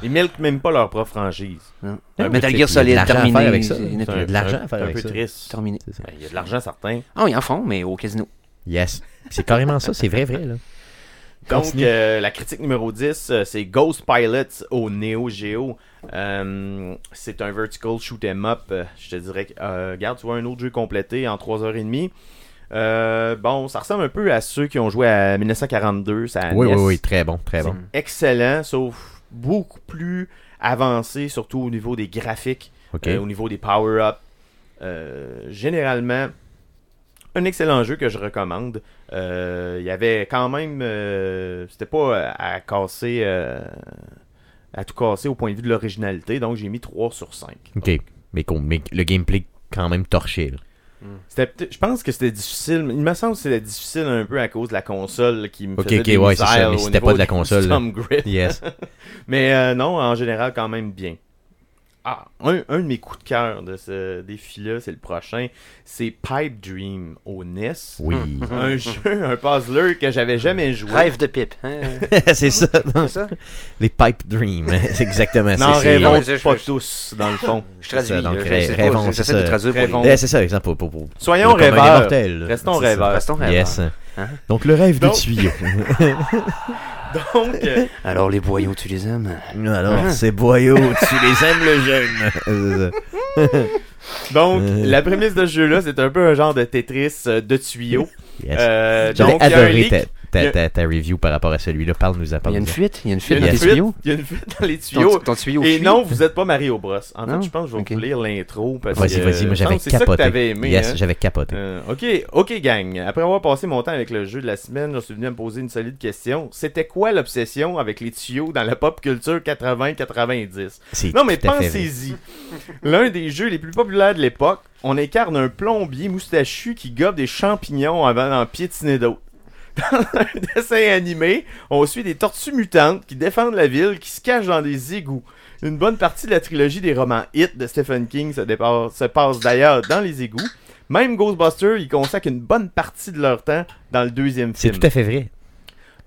Ils milquent même pas leur propre franchise.
Non.
Non, Ah,
Metal
mais c'est-
Gear
il y a de
Solid,
l'argent à
terminé.
faire avec ça.
Il y en a
C'est
plus.
un- de l'argent à faire
C'est
avec
un
ça.
peu triste.
Terminé.
C'est ça.
Ben, Il y a de l'argent certain.
Ah, ils en font, mais au casino.
Yes. C'est carrément ça. C'est vrai, vrai. Là.
Donc,
Continue.
euh, la critique numéro 10, euh, c'est Ghost Pilots au Neo Geo. Euh, c'est un vertical shoot 'em up. Euh, Je te dirais, que, euh, regarde, tu vois un autre jeu complété en 3h30. Euh, bon, ça ressemble un peu à ceux qui ont joué à 1942. Ça
Oui, oui, oui. Très bon, très bon.
Excellent, sauf beaucoup plus avancé, surtout au niveau des graphiques.
OK.
Euh, au niveau des power-ups. euh, généralement, un excellent jeu que je recommande. Euh, Il y avait quand même. euh, C'était pas à casser. euh, à tout casser au point de vue de l'originalité, donc j'ai mis 3 sur 5.
OK. Mais, qu'on- mais le gameplay quand même torché. là.
C'était peut-être- je pense que c'était difficile, mais il me semble que c'était difficile un peu à cause de la console qui me
Ok,
faisait
ok,
des
ouais, c'est ça,
misères
mais
au
c'était
niveau
pas de la
du
console, là.
thumb grip.
Yes.
Mais euh, non, en général, quand même bien. Ah, un, un de mes coups de cœur de ce défi-là, c'est le prochain. C'est Pipe Dream au NES.
Oui.
Un jeu, un puzzler que j'avais jamais joué.
Rêve de pipe. hein.
c'est ça.
C'est ça?
Les pipe dreams. hein. C'est exactement
N'en
ça. c'est-
rêvons
c'est-
pas
je- je-
tous, dans le fond.
Je
C'est ça,
traduis.
donc,
là,
ré-
je sais pas,
rêvons,
J'essaie
c'est
de
ça.
traduire pour les-
Rêvons.
Eh, c'est ça, exemple. Pour, pour, pour- le
Soyons
commun des
rêveurs.
mortels, là.
Restons
C'est ça.
rêveurs.
Restons rêveurs.
Yes.
Hein?
Donc, le rêve
Donc-
du tuyau.
Donc, euh,
Alors, les boyaux, tu les aimes?
Hein?
Alors, c'est boyau, tu les aimes, le jeune.
donc
Euh.
la prémisse de ce jeu-là, c'est un peu un genre de Tetris euh, de tuyaux.
Yes.
Euh,
J'avais
donc, il y a un
adoré
leak.
ta, ta-
il y a-
ta- ta review par rapport à celui-là. Parle-nous à
Il y
parle
a une fuite? Il y a une fuite
Il
dans
y a
les
une fuite.
tuyaux?
Il y a une fuite dans les
Ton,
tuyaux.
ton tuyau
Et
fuit?
non, vous êtes pas Mario Bros. En
Non?
fait, je pense que je vais
Ok.
vous lire l'intro parce
Vas-y,
que
vas-y,
il
moi
me
j'avais
semble que c'est ça
capoté.
que t'avais aimé.
yes,
hein.
j'avais capoté.
Euh, ok, ok, gang. Après avoir passé mon temps avec le jeu de la semaine, je suis venu me poser une solide question. C'était quoi l'obsession avec les tuyaux dans la pop culture 80-90
C'est
Non, mais
tout à fait vrai.
pensez-y. L'un des jeux les plus populaires de l'époque, on incarne un plombier moustachu qui gobe des champignons avant d'en piétiner d'autres. Dans un dessin animé, on suit des tortues mutantes qui défendent la ville, qui se cachent dans des égouts. Une bonne partie de la trilogie des romans hits de Stephen King se, dépasse- se passe d'ailleurs dans les égouts. Même Ghostbusters, ils consacrent une bonne partie de leur temps dans le deuxième
C'est
film.
tout à fait vrai.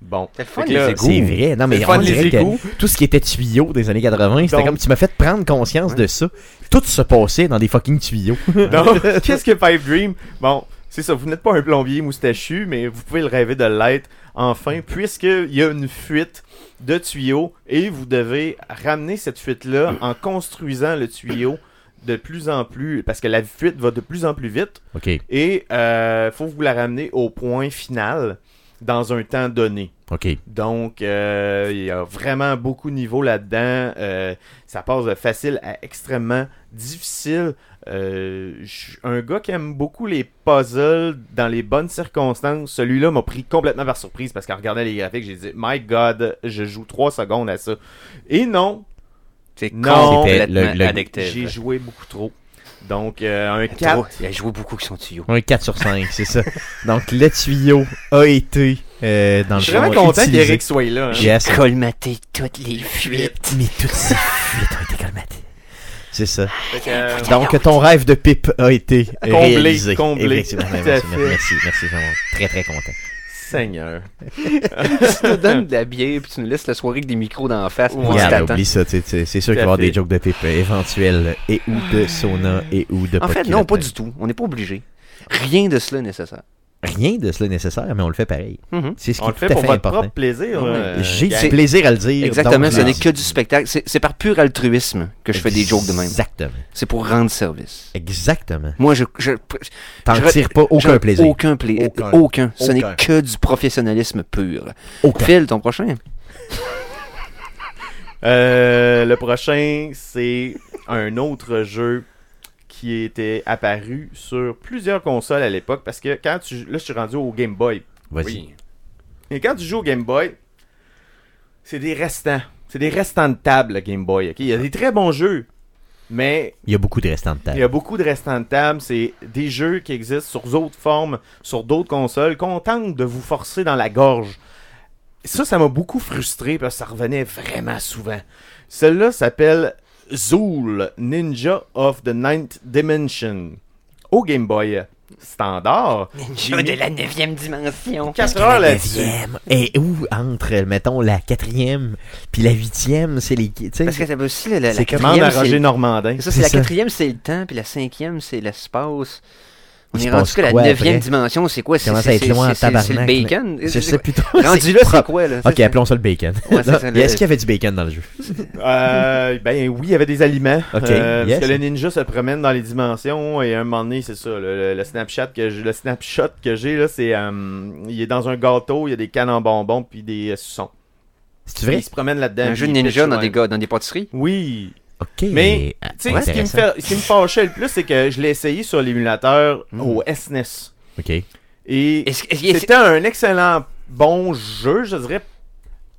Bon.
C'est le fun,
Fait que là,
les égouts.
C'est vrai. Non,
C'est
mais
le fun,
on dirait
les égouts.
que tout ce qui était tuyau des années 80, c'était
Donc-
comme tu m'as fait prendre conscience de ça. Tout se passait dans des fucking tuyaux.
Donc, qu'est-ce que Pipe Dream Bon, c'est ça, vous n'êtes pas un plombier moustachu, mais vous pouvez le rêver de l'être enfin, puisqu'il y a une fuite de tuyaux et vous devez ramener cette fuite-là en construisant le tuyau de plus en plus, parce que la fuite va de plus en plus vite
OK,
et euh, faut vous la ramener au point final dans un temps donné.
OK.
Donc, euh, il y a vraiment beaucoup de niveaux là-dedans. Euh, ça passe de facile à extrêmement difficile. Euh, je suis un gars qui aime beaucoup les puzzles dans les bonnes circonstances. Celui-là m'a pris complètement par surprise parce qu'en regardant les graphiques, j'ai dit My God, je joue 3 secondes à ça. Et non,
C'est
Non.
C'était
complètement
le- le-
j'ai
addictif.
joué beaucoup trop. Donc, euh, un
Il y a
4.
trop- Eh, Il y a joué beaucoup qui sont tuyaux.
Un 4 sur 5, c'est ça. Donc, le tuyau a été euh, dans le
Je suis
fond,
vraiment content
utilisé.
qu'Eric soit là. hein.
Yes.
Colmater toutes les fuites.
Mais toutes ces fuites ont été colmatées. C'est ça.
Fait que, euh,
Donc, ton rêve de pipe a été euh,
Comblé,
réalisé.
comblé.
Effectivement,
Tout à
merci,
fait.
merci, merci, vraiment. Très, très content.
Seigneur.
tu nous donnes de la bière puis tu nous laisses la soirée avec des micros dans la face. puis
Ouais.
on
Regarde,
s'attend.
oublie ça. tu sais, tu sais, C'est sûr qu'il va y avoir des jokes de pipe euh, éventuelles et ou de hein. sauna et ou de
En fait,
pokilotin.
non, pas du tout. On n'est pas obligé. Rien de cela est nécessaire.
rien de cela nécessaire, mais on le fait pareil.
Mhm.
C'est ce qui
On
est
le fait
tout à
pour
fait
votre
important.
propre plaisir.
Ouais.
euh,
J'ai
Gaël.
du plaisir à le dire.
Exactement,
donc,
ce
non.
n'est que du spectacle. C'est c'est par pur altruisme que je fais des jokes de même.
Exactement.
C'est pour rendre service.
Exactement.
Moi, je, je,
T'en
Je re-
tires pas aucun
J'en-
plaisir.
Aucun plaisir.
Aucun.
Aucun. Ce n'est
Aucun.
que du professionnalisme pur.
Aucun.
Phil, ton prochain.
Euh, le prochain, c'est un autre jeu qui était apparu sur plusieurs consoles à l'époque parce que quand tu là je suis rendu au Game Boy.
Vas-y.
Et quand tu joues au Game Boy, c'est des restants, c'est des restants de table le Game Boy. ok? Il y a des très bons jeux, mais
Il y a beaucoup de restants de
il
table.
y a beaucoup de restants de table, c'est des jeux qui existent sur d'autres formes, sur d'autres consoles, qu'on tente de vous forcer dans la gorge. Ça, ça m'a beaucoup frustré parce que ça revenait vraiment souvent. Celle-là s'appelle Zool, Ninja of the Ninth Dimension. Au Game Boy standard. Ninja de la 9e dimension. 4 heures
La
là-dessus.
neuvième. Et où entre, mettons, la quatrième puis la huitième, c'est les. tu sais,
Parce que ça veut aussi la, la, la
C'est
Demande à
quatrième.
Roger
c'est-
Normandin.
Ça, c'est la
C'est ça.
quatrième, c'est le temps, puis la cinquième, c'est l'espace. On
Il
est
se
rendu
passe
que la
quoi
neuvième
après?
dimension, c'est quoi C'est
Commence à
c'est-
être loin en
c'est- c'est- c'est le
tabarnak,
bacon.
Je
C'est-
sais plus trop.
Rendu là, c'est
propre.
quoi là
Ok,
C'est-
appelons ça le bacon.
Ouais, c'est ça, le-
Est-ce qu'il y avait du bacon dans le jeu
Euh, ben oui, il y avait des aliments.
Ok,
Euh,
yes.
Parce que le ninja se promène dans les dimensions et à un moment donné, c'est ça. Le, le- le snapshot que j'ai, le snapshot que j'ai là, c'est euh, il est dans un gâteau, il y a des cannes en bonbons puis des euh, suçons.
C'est
Il
vrai
se promène là-dedans.
un
puis
jeu de
il
ninja
pitch,
dans
ouais.
des, gars, dans des pâtisseries.
Oui.
Ok.
Mais,
Ah,
Tu sais, ce qui, me
intéressant.
fait- ce qui me fâchait le plus, c'est que je l'ai essayé sur l'émulateur
Mm.
au SNES.
Ok.
Et
Est-ce est-ce- est-ce-
c'était un excellent bon jeu, je dirais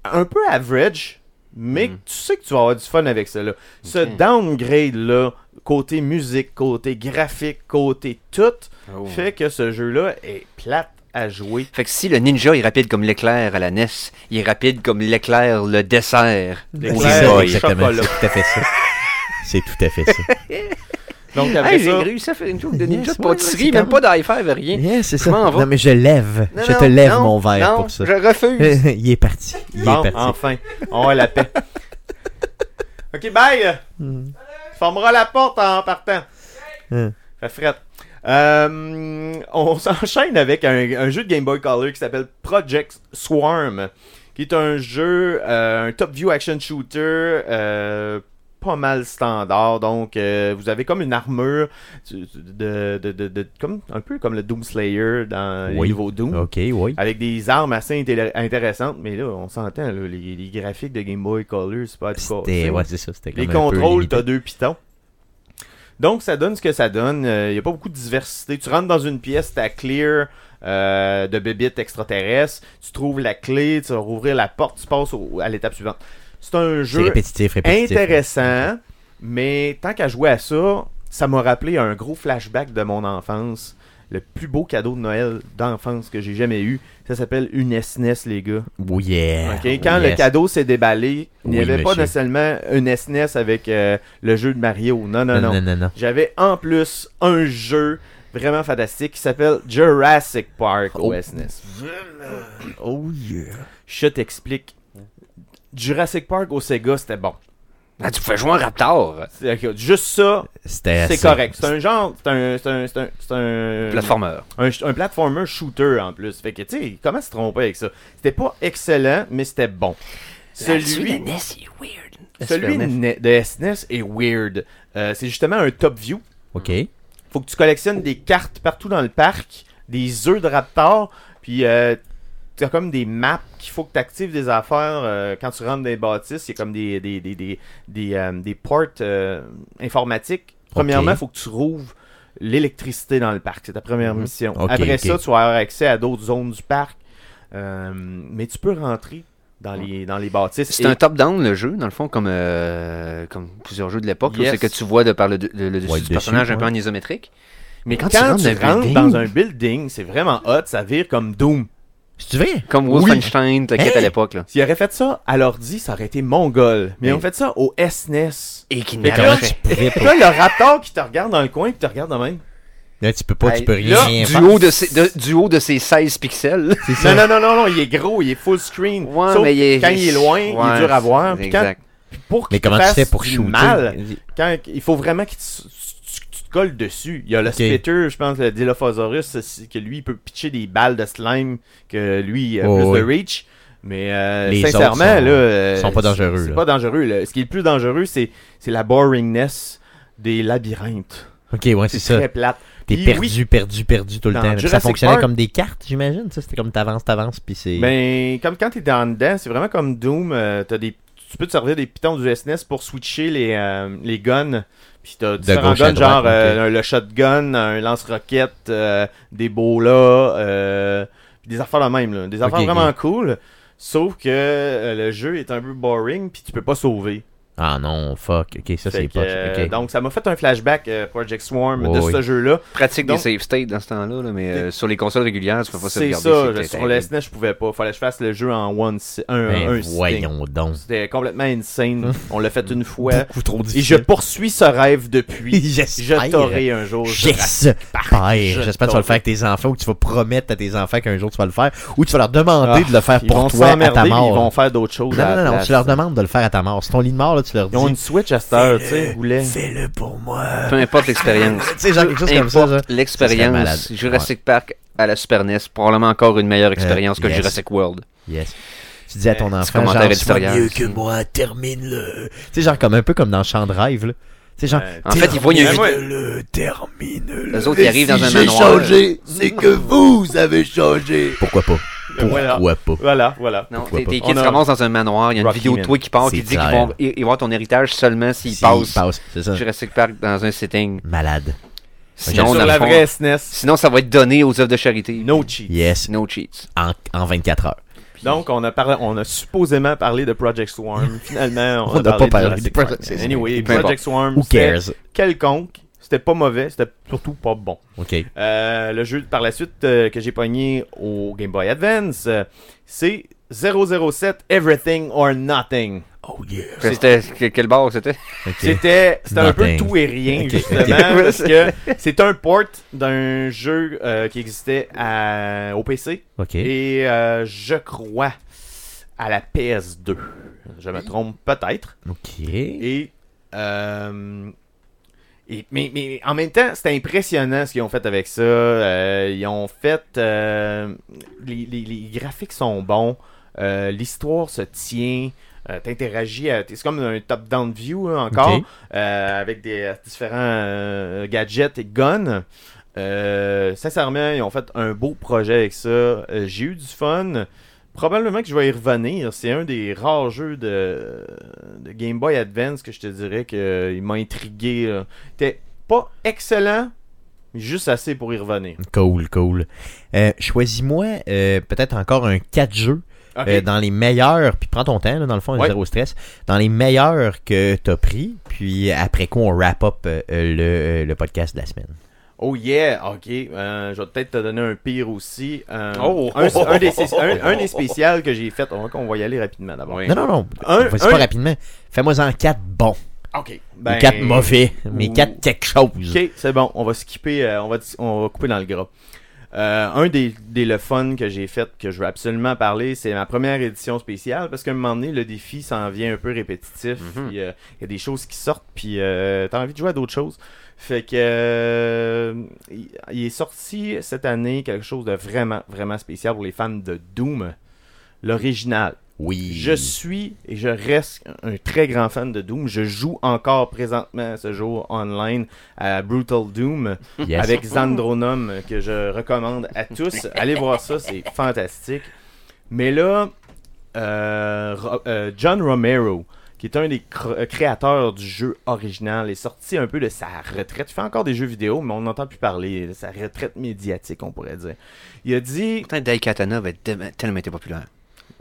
un peu average, mais
Mm.
tu sais que tu vas avoir du fun avec ça. là. Ce
Ok.
downgrade-là, côté musique, côté graphique, côté tout,
Oh.
fait que ce jeu-là est plate à jouer.
Fait que si le ninja est rapide comme l'éclair à la NES, il est rapide comme l'éclair le dessert.
Des
Oui,
Au
c'est
clairs,
Game
ça,
Boy.
des
exactement. C'est
chocolats.
tout à fait ça. C'est tout à fait ça.
Donc après
Hey, j'ai
ça,
réussi à faire une joke de
Yes,
ninja de
ouais, ouais,
pâtisserie,
c'est
même
quand
pas d'high-five, rien.
Yeah, c'est
Je
ça.
m'en vais.
Non, mais je lève.
Non,
je
non,
te lève
non,
mon verre
non,
pour ça. Eh.
Je refuse.
Il est parti. Il
bon,
est parti.
enfin, on a la paix. ok, bye!
Mm.
Fermera la porte en partant.
Mm.
Fait frette. Euh, on s'enchaîne avec un, un jeu de Game Boy Color qui s'appelle Project Swarm, qui est un jeu, euh, un top view action shooter, euh, pas mal standard. Donc, euh, vous avez comme une armure tu- tu- de, de- de- de- comme, un peu comme le Doom Slayer dans les
Oui.
nouveaux Doom.
Ok, oui.
Avec des armes assez intélé- intéressantes, mais là, on s'entend, là, les, les graphiques de Game Boy Color, c'est pas du tout.
C'était, ouais, c'est ça. C'était
Les
comme un peu
contrôles,
limité.
t'as deux pitons. Donc, ça donne ce que ça donne. Il n'y a pas beaucoup de diversité. Tu rentres dans une pièce, t'as clear euh, de bébites extraterrestres. Tu trouves la clé, tu vas rouvrir la porte, tu passes au- à l'étape suivante. C'est un
C'est
jeu
répétitif, répétitif.
intéressant, mais tant qu'à jouer à ça, ça m'a rappelé un gros flashback de mon enfance. Le plus beau cadeau de Noël d'enfance que j'ai jamais eu, ça s'appelle une SNES, les gars.
Ah Oui, Oh, yeah.
Ok, Quand
Yes.
le cadeau s'est déballé, il n'y
Oui,
avait pas
monsieur.
nécessairement une SNES avec euh, le jeu de Mario. Non, non, non.
Non, non, non.
J'avais en plus un jeu vraiment fantastique qui s'appelle Jurassic Park au
Oh.
SNES.
Oh, yeah.
Je t'explique. Jurassic Park au Sega, c'était bon.
Ah, tu fais jouer un raptor.
C'est- ok, Juste ça,
C'était
c'est
assez-
correct. C'est un genre, c'est un, c'est un, c'est un, c'est un-
Platformer.
un, un platformer shooter en plus. Fait que, tu sais, comment se tromper avec ça? C'était pas excellent, mais c'était bon.
Ah,
Celui,
NES, il est weird.
Celui ne- de SNES est weird. Euh, c'est justement un top view.
Ok.
Faut que tu collectionnes des cartes partout dans le parc, des œufs de raptors, puis euh, t'as comme des maps qu'il faut que tu actives des affaires euh, quand tu rentres dans les bâtisses. Il y a comme des, des, des, des, des, euh, des ports euh, informatiques. Premièrement, faut que tu rouvres l'électricité dans le parc. C'est ta première
Mhm.
mission.
Ok,
Après
ok.
ça, tu vas avoir accès à d'autres zones du parc. Euh, mais tu peux rentrer dans les, dans les bâtisses.
C'est
Et-
un top-down, le jeu, dans le fond, comme, euh, comme plusieurs jeux de l'époque. là,
Yes.
C'est que tu vois de par le, de- le- le dessus
Ouais,
du
dessus,
personnage un peu
ouais.
en isométrique.
Mais
quand tu rentres dans un building-
dans un building, c'est vraiment hot, ça vire comme Doom.
C'est vrai?
Comme
Oui.
Wolfenstein, t'inquiète
Hey.
à l'époque. là.
S'ils auraient fait ça à l'ordi, ça aurait été mongol. Mais ils ont
Oui.
fait ça au SNES.
Et qui
Mais
n'a
Comment
pas
là,
tu pourrais
fait.
pas-
Là, le raptor qui te regarde dans le coin et qui te regarde de même.
Là, tu peux pas, tu peux
Hey,
rien
là, du
faire.
haut de ses, de- du haut de ses 16 pixels.
C'est
Non,
ça.
non, non, non, non, il est gros, il est full screen.
Ouais,
Sauf
mais il est-
quand il est loin, il est
Ouais,
dur à voir. Puis quand,
Exact.
pour qu'il
Mais comment
te
tu
fasse
fais pour
du
shooter?
mal, quand, il faut vraiment qu'il te- tu- tu- tu te colles dessus. Il y a le
Ok.
spitter, je pense, le Dilophosaurus, c'est- c'est que lui, il peut pitcher des balles de slime, que lui, il a
Oh,
plus
oui.
de reach. Mais euh,
Les autres
sincèrement,
sont-
là, euh,
sont pas dangereux,
C'est
là.
pas dangereux. là. Ce qui est le plus dangereux, c'est c'est la boringness des labyrinthes.
Ok, ouais, c'est
C'est
ça.
très plate.
T'es
Puis
perdu,
oui,
perdu, perdu tout le
Dans
temps. Puis Ça
Jurassic
fonctionnait
Park-
comme des cartes, j'imagine. Ça, c'était comme t'avances, t'avances, puis c'est.
Ben, comme quand t'es en dedans, c'est vraiment comme Doom. euh, t'as des, tu peux te servir des pitons du SNES pour switcher les, euh, les guns. Puis t'as différents
gauche à
guns,
droite,
genre
ok.
euh, un- le shotgun, un lance-roquette, euh, des bolas, euh, puis des affaires de même. Là. Des affaires
Ok, ok.
vraiment cool. Sauf que euh, le jeu est un peu boring, puis tu peux pas sauver.
Ah non, fuck. Ok, ça,
Fait
c'est
que,
pas.
euh, Donc ça m'a fait un flashback euh, Project Swarm
Ouais,
de
oui.
ce jeu-là.
Pratique
Donc-
des save states dans ce temps-là, là, mais euh, sur les consoles régulières, tu peux pas
C'est
sauvegarder.
ça,
c'était
je- sur
terrible.
le SNES je pouvais pas. Fallait que je fasse le jeu en one si- un,
Ben,
un sitting.
voyons donc.
C'était complètement
Hein?
insane. On l'a fait une fois.
Beaucoup trop
Et je
difficile.
poursuis ce rêve depuis. Je t'aurai un jour. je
J'espère.
Je
J'espère que tu vas le faire avec tes enfants ou que tu vas promettre à tes enfants qu'un jour tu vas le faire ou tu vas leur demander
Ah,
de le faire
Ils
pour
vont
toi à
s'emmerder,
ta
puis ils
mort.
vont faire d'autres choses. à
Non,
la
non, non,
place.
tu leur demandes de le faire à ta mort. C'est ton lit de mort, là, tu leur dis. Euh,
Ils ont une Switch à cette heure, tu sais, boulet.
Fais-le pour moi.
Peu importe l'expérience.
Tu sais, genre quelque chose comme ça. genre. Ça serait
Importe
malade. Euh,
L'expérience Jurassic Park à la Super NES, probablement encore une meilleure expérience que
yes.
Jurassic World.
Yes. Tu dis à ton
Petit
enfant,
commentaire
genre, sois
éditorial
mieux
aussi.
que moi, termine-le. Tu sais, genre, comme un peu comme dans Chandrive, là. Tu sais, genre,
Ouais.
En fait, ils voient une
termine-le, termine-le.
Eux autres, ils
Et
arrivent dans un
j'ai
manoir.
c'est que vous avez changé. Pourquoi pas?
Ben
Voilà.
Pourquoi pas?
Voilà, voilà.
Non,
Pourquoi
tes
pas.
tes
On
kids se
a-
ramassent dans un manoir, il y a une
Rocky
vidéo de
Man.
toi qui part qui
C'est
dit qu'ils
clair.
vont ils, ils vont avoir ton héritage seulement s'ils
S'il
passent
passe, c'est ça.
Jurassic Park dans un setting.
Malade.
Sinon,
Sur
dans
Sur
le
la
fond,
vraie SNES,
sinon, ça va être donné aux œuvres de charité.
no cheat.
Yes,
No cheats.
en, en 24 heures.
Donc, on a, parlé, on a supposément parlé de Project Swarm. Finalement, on,
On n'a
a
pas parlé
de
de
Jurassic Park.
Project Swarm.
Anyway,
Peu importe.
Project Swarm,
Who
c'était
cares?
quelconque. C'était pas mauvais, c'était surtout pas bon.
Ok.
Euh, le jeu par la suite euh, que j'ai pogné au Game Boy Advance, euh, c'est 007 Everything or Nothing.
Oh yeah.
C'était que- quel bar c'était
Ok.
C'était c'était un peu
Nothing.
tout et rien,
Ok,
justement,
ok.
parce que c'est un port d'un jeu euh, qui existait à- au PC
Ok.
et euh, je crois à la PS2. Je me trompe peut-être.
Ok.
Et, euh, et- mais, mais en même temps, c'était impressionnant ce qu'ils ont fait avec ça. Euh, ils ont fait. euh, les, les- les graphiques sont bons. Euh, L'histoire se tient. Euh, T'interagis. à- C'est comme un top-down view hein, encore.
Ok.
euh, avec des euh, différents euh, gadgets et guns. Euh, sincèrement, ils ont fait un beau projet avec ça. Euh, J'ai eu du fun. Probablement que je vais y revenir. C'est un des rares jeux de, de Game Boy Advance que je te dirais qu'il m'a intrigué. là. C'était pas excellent, mais juste assez pour y revenir.
Cool, cool. Euh, Choisis-moi euh, peut-être encore un 4 jeux
Ok.
euh, dans les meilleurs, puis prends ton temps, là, dans le fond,
Ouais.
zéro stress, dans les meilleurs que t'as pris, puis après quoi on wrap up euh, euh, le, euh, le podcast de la semaine.
Oh yeah, ok. Euh, je vais peut-être te donner un pire aussi. Euh,
Oh.
un, un des, un- un des spéciales que j'ai fait. On va, on va y aller rapidement d'abord.
Oui.
Non, non, non,
Ben, Un-
vas-y
un-
pas rapidement. Fais-moi en 4 bons,
Ok.
ou
ben-
4 mauvais, mais
ou-
4 quelque chose.
Ok, c'est bon, on va skipper, euh, on, va, dis- on va couper dans le gras. Euh, un des, des le fun que j'ai fait, que je veux absolument parler, c'est ma première édition spéciale, parce qu'à un moment donné, le défi s'en vient un peu répétitif.
Mhm.
Il y a- il y a des choses qui sortent, puis euh, t'as envie de jouer à d'autres choses. Fait que euh, il- il est sorti cette année quelque chose de vraiment, vraiment spécial pour les fans de Doom. L'original.
Oui.
Je suis et je reste un très grand fan de Doom. Je joue encore présentement à ce jour online à Brutal Doom
Yes.
avec Zandronum que je recommande à tous. Allez voir ça, c'est fantastique. Mais là, euh, Ro- euh, John Romero, qui est un des cr- euh, créateurs du jeu original, est sorti un peu de sa retraite. Il fait encore des jeux vidéo, mais on n'entend plus parler de sa retraite médiatique, on pourrait dire. Il a dit
Pourtant, Daikatana va être dem- tellement été populaire.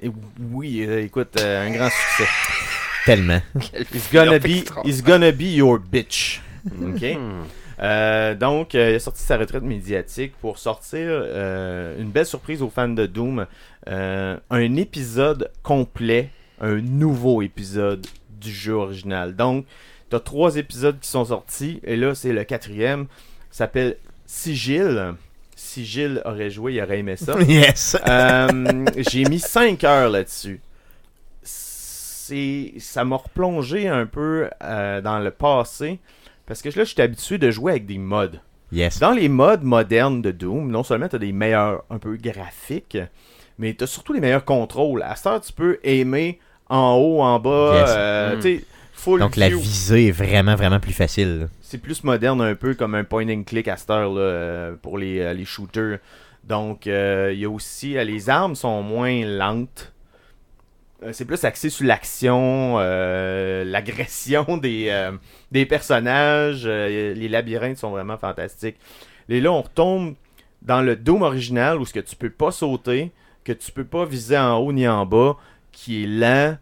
eh Oui, euh, écoute, euh, un grand succès.
Tellement.
It's gonna
Flop
be,
extra.
it's gonna be your bitch. Ok.
Hmm.
Euh, donc, euh, il a sorti sa retraite médiatique pour sortir euh, une belle surprise aux fans de Doom. Euh, un épisode complet, un nouveau épisode du jeu original. Donc, t'as trois épisodes qui sont sortis et là, c'est le quatrième. Ça s'appelle Sigil. Si Gilles aurait joué, il aurait aimé ça.
yes.
Euh, j'ai mis 5 heures là-dessus. C'est, ça m'a replongé un peu euh, dans le passé Parce que là, je suis habitué de jouer avec des modes.
Yes.
Dans les modes modernes de Doom, non seulement tu as des meilleurs un peu graphiques, mais tu as surtout les meilleurs contrôles. À cette heure, tu peux aimer en haut, en bas,
Yes.
euh,
Mm.
tu sais, full
Donc la
view.
visée est vraiment, vraiment plus facile.
C'est plus moderne un peu comme un point and click à cette heure là, euh, pour les, euh, les shooters. Donc euh, il y a aussi euh, les armes sont moins lentes. Euh, C'est plus axé sur l'action, euh, l'agression des, euh, des personnages. euh, les labyrinthes sont vraiment fantastiques. Et là, on retombe dans le dôme original où ce que tu peux pas sauter, que tu peux pas viser en haut ni en bas, qui est lent.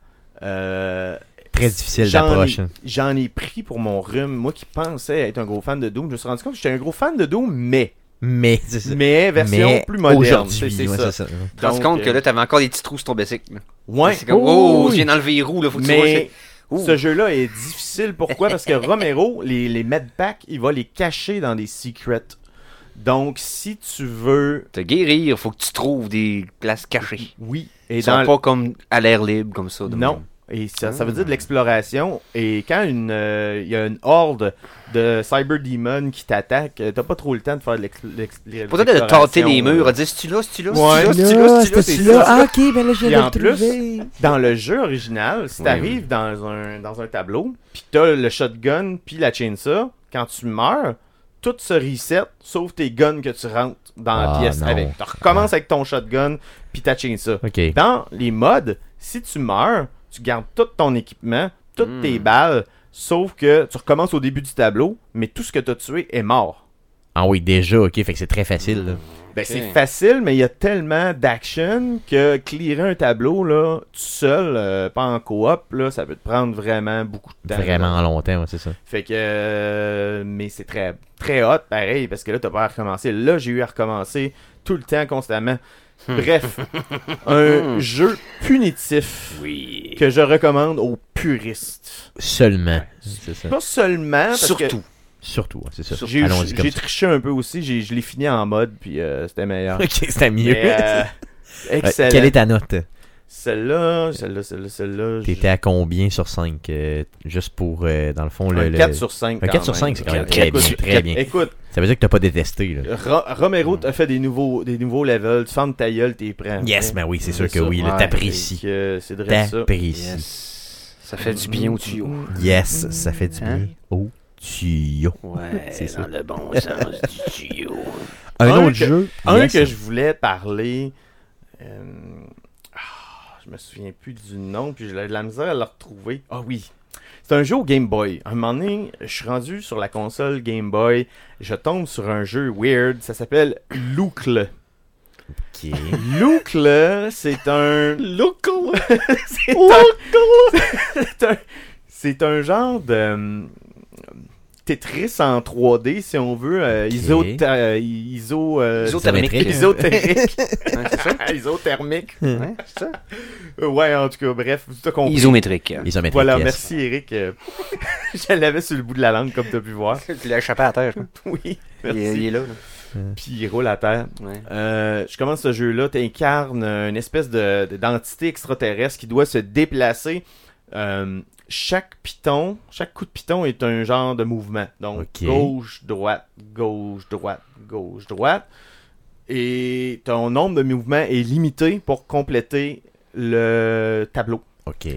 euh,
Très difficile
J'en ai-
d'approche. hein.
J'en ai pris pour mon rhume. Moi qui pensais être un gros fan de Doom, je me suis rendu compte que j'étais un gros fan de Doom, mais.
Mais, c'est ça.
Mais version
Mais
plus moderne.
aujourd'hui,
C'est c'est
ouais,
ça.
c'est ça.
Tu te rends
Donc,
compte que
euh,
là, t'avais encore des petits trous sur ton bicycle. là.
Ouais.
C'est comme,
Oui,
oh,
oui,
je viens d'enlever les roues, là, faut que tu vois.
Mais
Ouh.
ce jeu-là est difficile. Pourquoi Parce que Romero, les, les medpacks, il va les cacher dans des secrets. Donc, si tu veux.
Te guérir, faut que tu trouves des places cachées.
Oui.
Ils
Et
sont
dans
pas comme à l'air libre, comme ça. de
Non.
même.
Et ça, ça veut
Ah.
dire de l'exploration. Et quand une, euh, il y a une horde de cyber demons qui t'attaque, euh, t'as pas trop le temps de faire de l'ex- l'ex-
Pour ça, de
l'exploration,
tâter les
euh.
murs, à dire, c'est-tu là, c'est-tu là, c'est-tu là,
Ouais. Là,
c'est-tu là, c'est-tu là,
c'était
c'est-tu
celui-là.
là.
Ah, ok, ben là, je
Puis
viens de
en
le
plus,
trouver.
Dans le jeu original, si
Oui,
t'arrives dans un dans un tableau, puis t'as le shotgun puis la chainsaw, quand tu meurs, tout se reset sauf tes guns que tu rentres dans la
Ah,
pièce
non.
avec. Tu recommences avec ton shotgun puis ta chainsaw.
Ok.
Dans les modes, si tu meurs, tu gardes tout ton équipement, toutes
Hmm.
tes balles, sauf que tu recommences au début du tableau, mais tout ce que tu as tué est mort.
Ah oui, déjà, ok, fait que c'est très facile. là.
Ben, c'est
Ok.
facile, mais il y a tellement d'action que clearer un tableau là, tout seul, euh, pas en coop, là, ça peut te prendre vraiment beaucoup de temps.
Vraiment longtemps, ouais, c'est ça.
Fait que. euh, mais c'est très, très hot, pareil, parce que là, t'as pas à recommencer. Là, j'ai eu à recommencer tout le temps, constamment.
Hmm.
Bref, un jeu punitif
Oui.
que je recommande aux puristes.
Seulement. C'est ça.
Pas seulement. Parce que
Surtout.
Surtout, ouais, c'est ça.
J'ai
Allons-y comme
j'ai
ça.
triché un peu aussi, j'ai- je l'ai fini en mode, puis euh, c'était meilleur.
Ok, c'était mieux.
Mais, euh,
Ouais,
excellent.
Quelle est ta note
Celle-là, celle-là, celle-là, celle-là.
T'étais à combien sur 5 Juste pour, euh, dans le fond,
je-
le.
un
le-
4 sur 5.
Un 4 sur 5, c'est quand même très bien.
Écoute,
Très bien.
écoute,
Ça veut dire que t'as pas détesté. Là.
Ro- Romero t'a fait des nouveaux, des nouveaux levels. Tu fermes ta gueule, t'es prêt.
Yes, mais oui, c'est sûr que
ça.
oui. là,
Ouais,
T'apprécies.
Fait que C'est vrai ça.
T'apprécies.
Yes. Ça fait du bien au tuyau.
Yes, ça fait du
Hein?
bien au tuyau.
Ouais,
C'est ça.
dans le bon sens du tuyau.
Un,
Un
autre
que-
jeu.
Un
yes.
que je voulais parler. euh, ah, je me souviens plus du nom, puis j'ai de la misère à le retrouver. Ah oui. C'est un jeu au Game Boy. Un moment donné, je suis rendu sur la console Game Boy. Je tombe sur un jeu weird. Ça s'appelle Loucle.
Ok.
Loucle, c'est un. Loucle! c'est un. c'est un- C'est un genre de. euh, Tetris en 3D, si on veut. euh, iso. euh, iso. euh,
Isothermique.
Isométrique. hein.
isothermique.
Ouais, c'est ça?
Isothermique.
Ouais, c'est ça?
Euh, Ouais, en tout cas, bref, tu as compris.
Isométrique.
Isométrique.
Voilà,
yes.
merci Eric. Euh, je l'avais sur le bout de la langue, comme tu as pu voir.
Tu l'as échappé à terre, je crois.
Oui,
Il,
merci.
est- il est là. là.
Puis il roule à terre.
Ouais.
Euh, je commence ce jeu-là, t'incarnes une espèce de- de- d'entité extraterrestre qui doit se déplacer. Euh, chaque piton, chaque coup de piton est un genre de mouvement. Donc
Ok.
gauche, droite, gauche, droite, gauche, droite. Et ton nombre de mouvements est limité pour compléter le tableau.
Ok.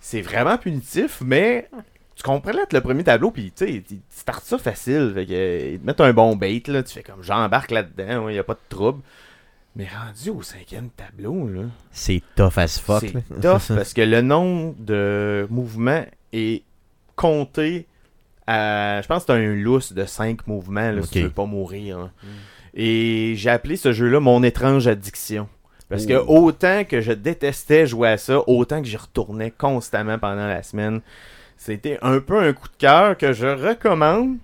C'est vraiment punitif, mais tu comprends là le premier tableau, puis tu sais, tu startes ça facile. Fait que, euh, ils te mettent un bon bait, là, tu fais comme j'embarque là-dedans, il n'y a pas de trouble. Mais rendu au cinquième tableau, là,
C'est tough as fuck.
c'est
là.
tough parce que le nombre de mouvements est compté à. Je pense que c'est un lousse de 5 mouvements là, si
Ok.
tu veux pas mourir. hein.
Mm.
Et j'ai appelé ce jeu-là mon étrange addiction. Parce que oh,
Ouh.
autant que je détestais jouer à ça, autant que j'y retournais constamment pendant la semaine, c'était un peu un coup de cœur que je recommande.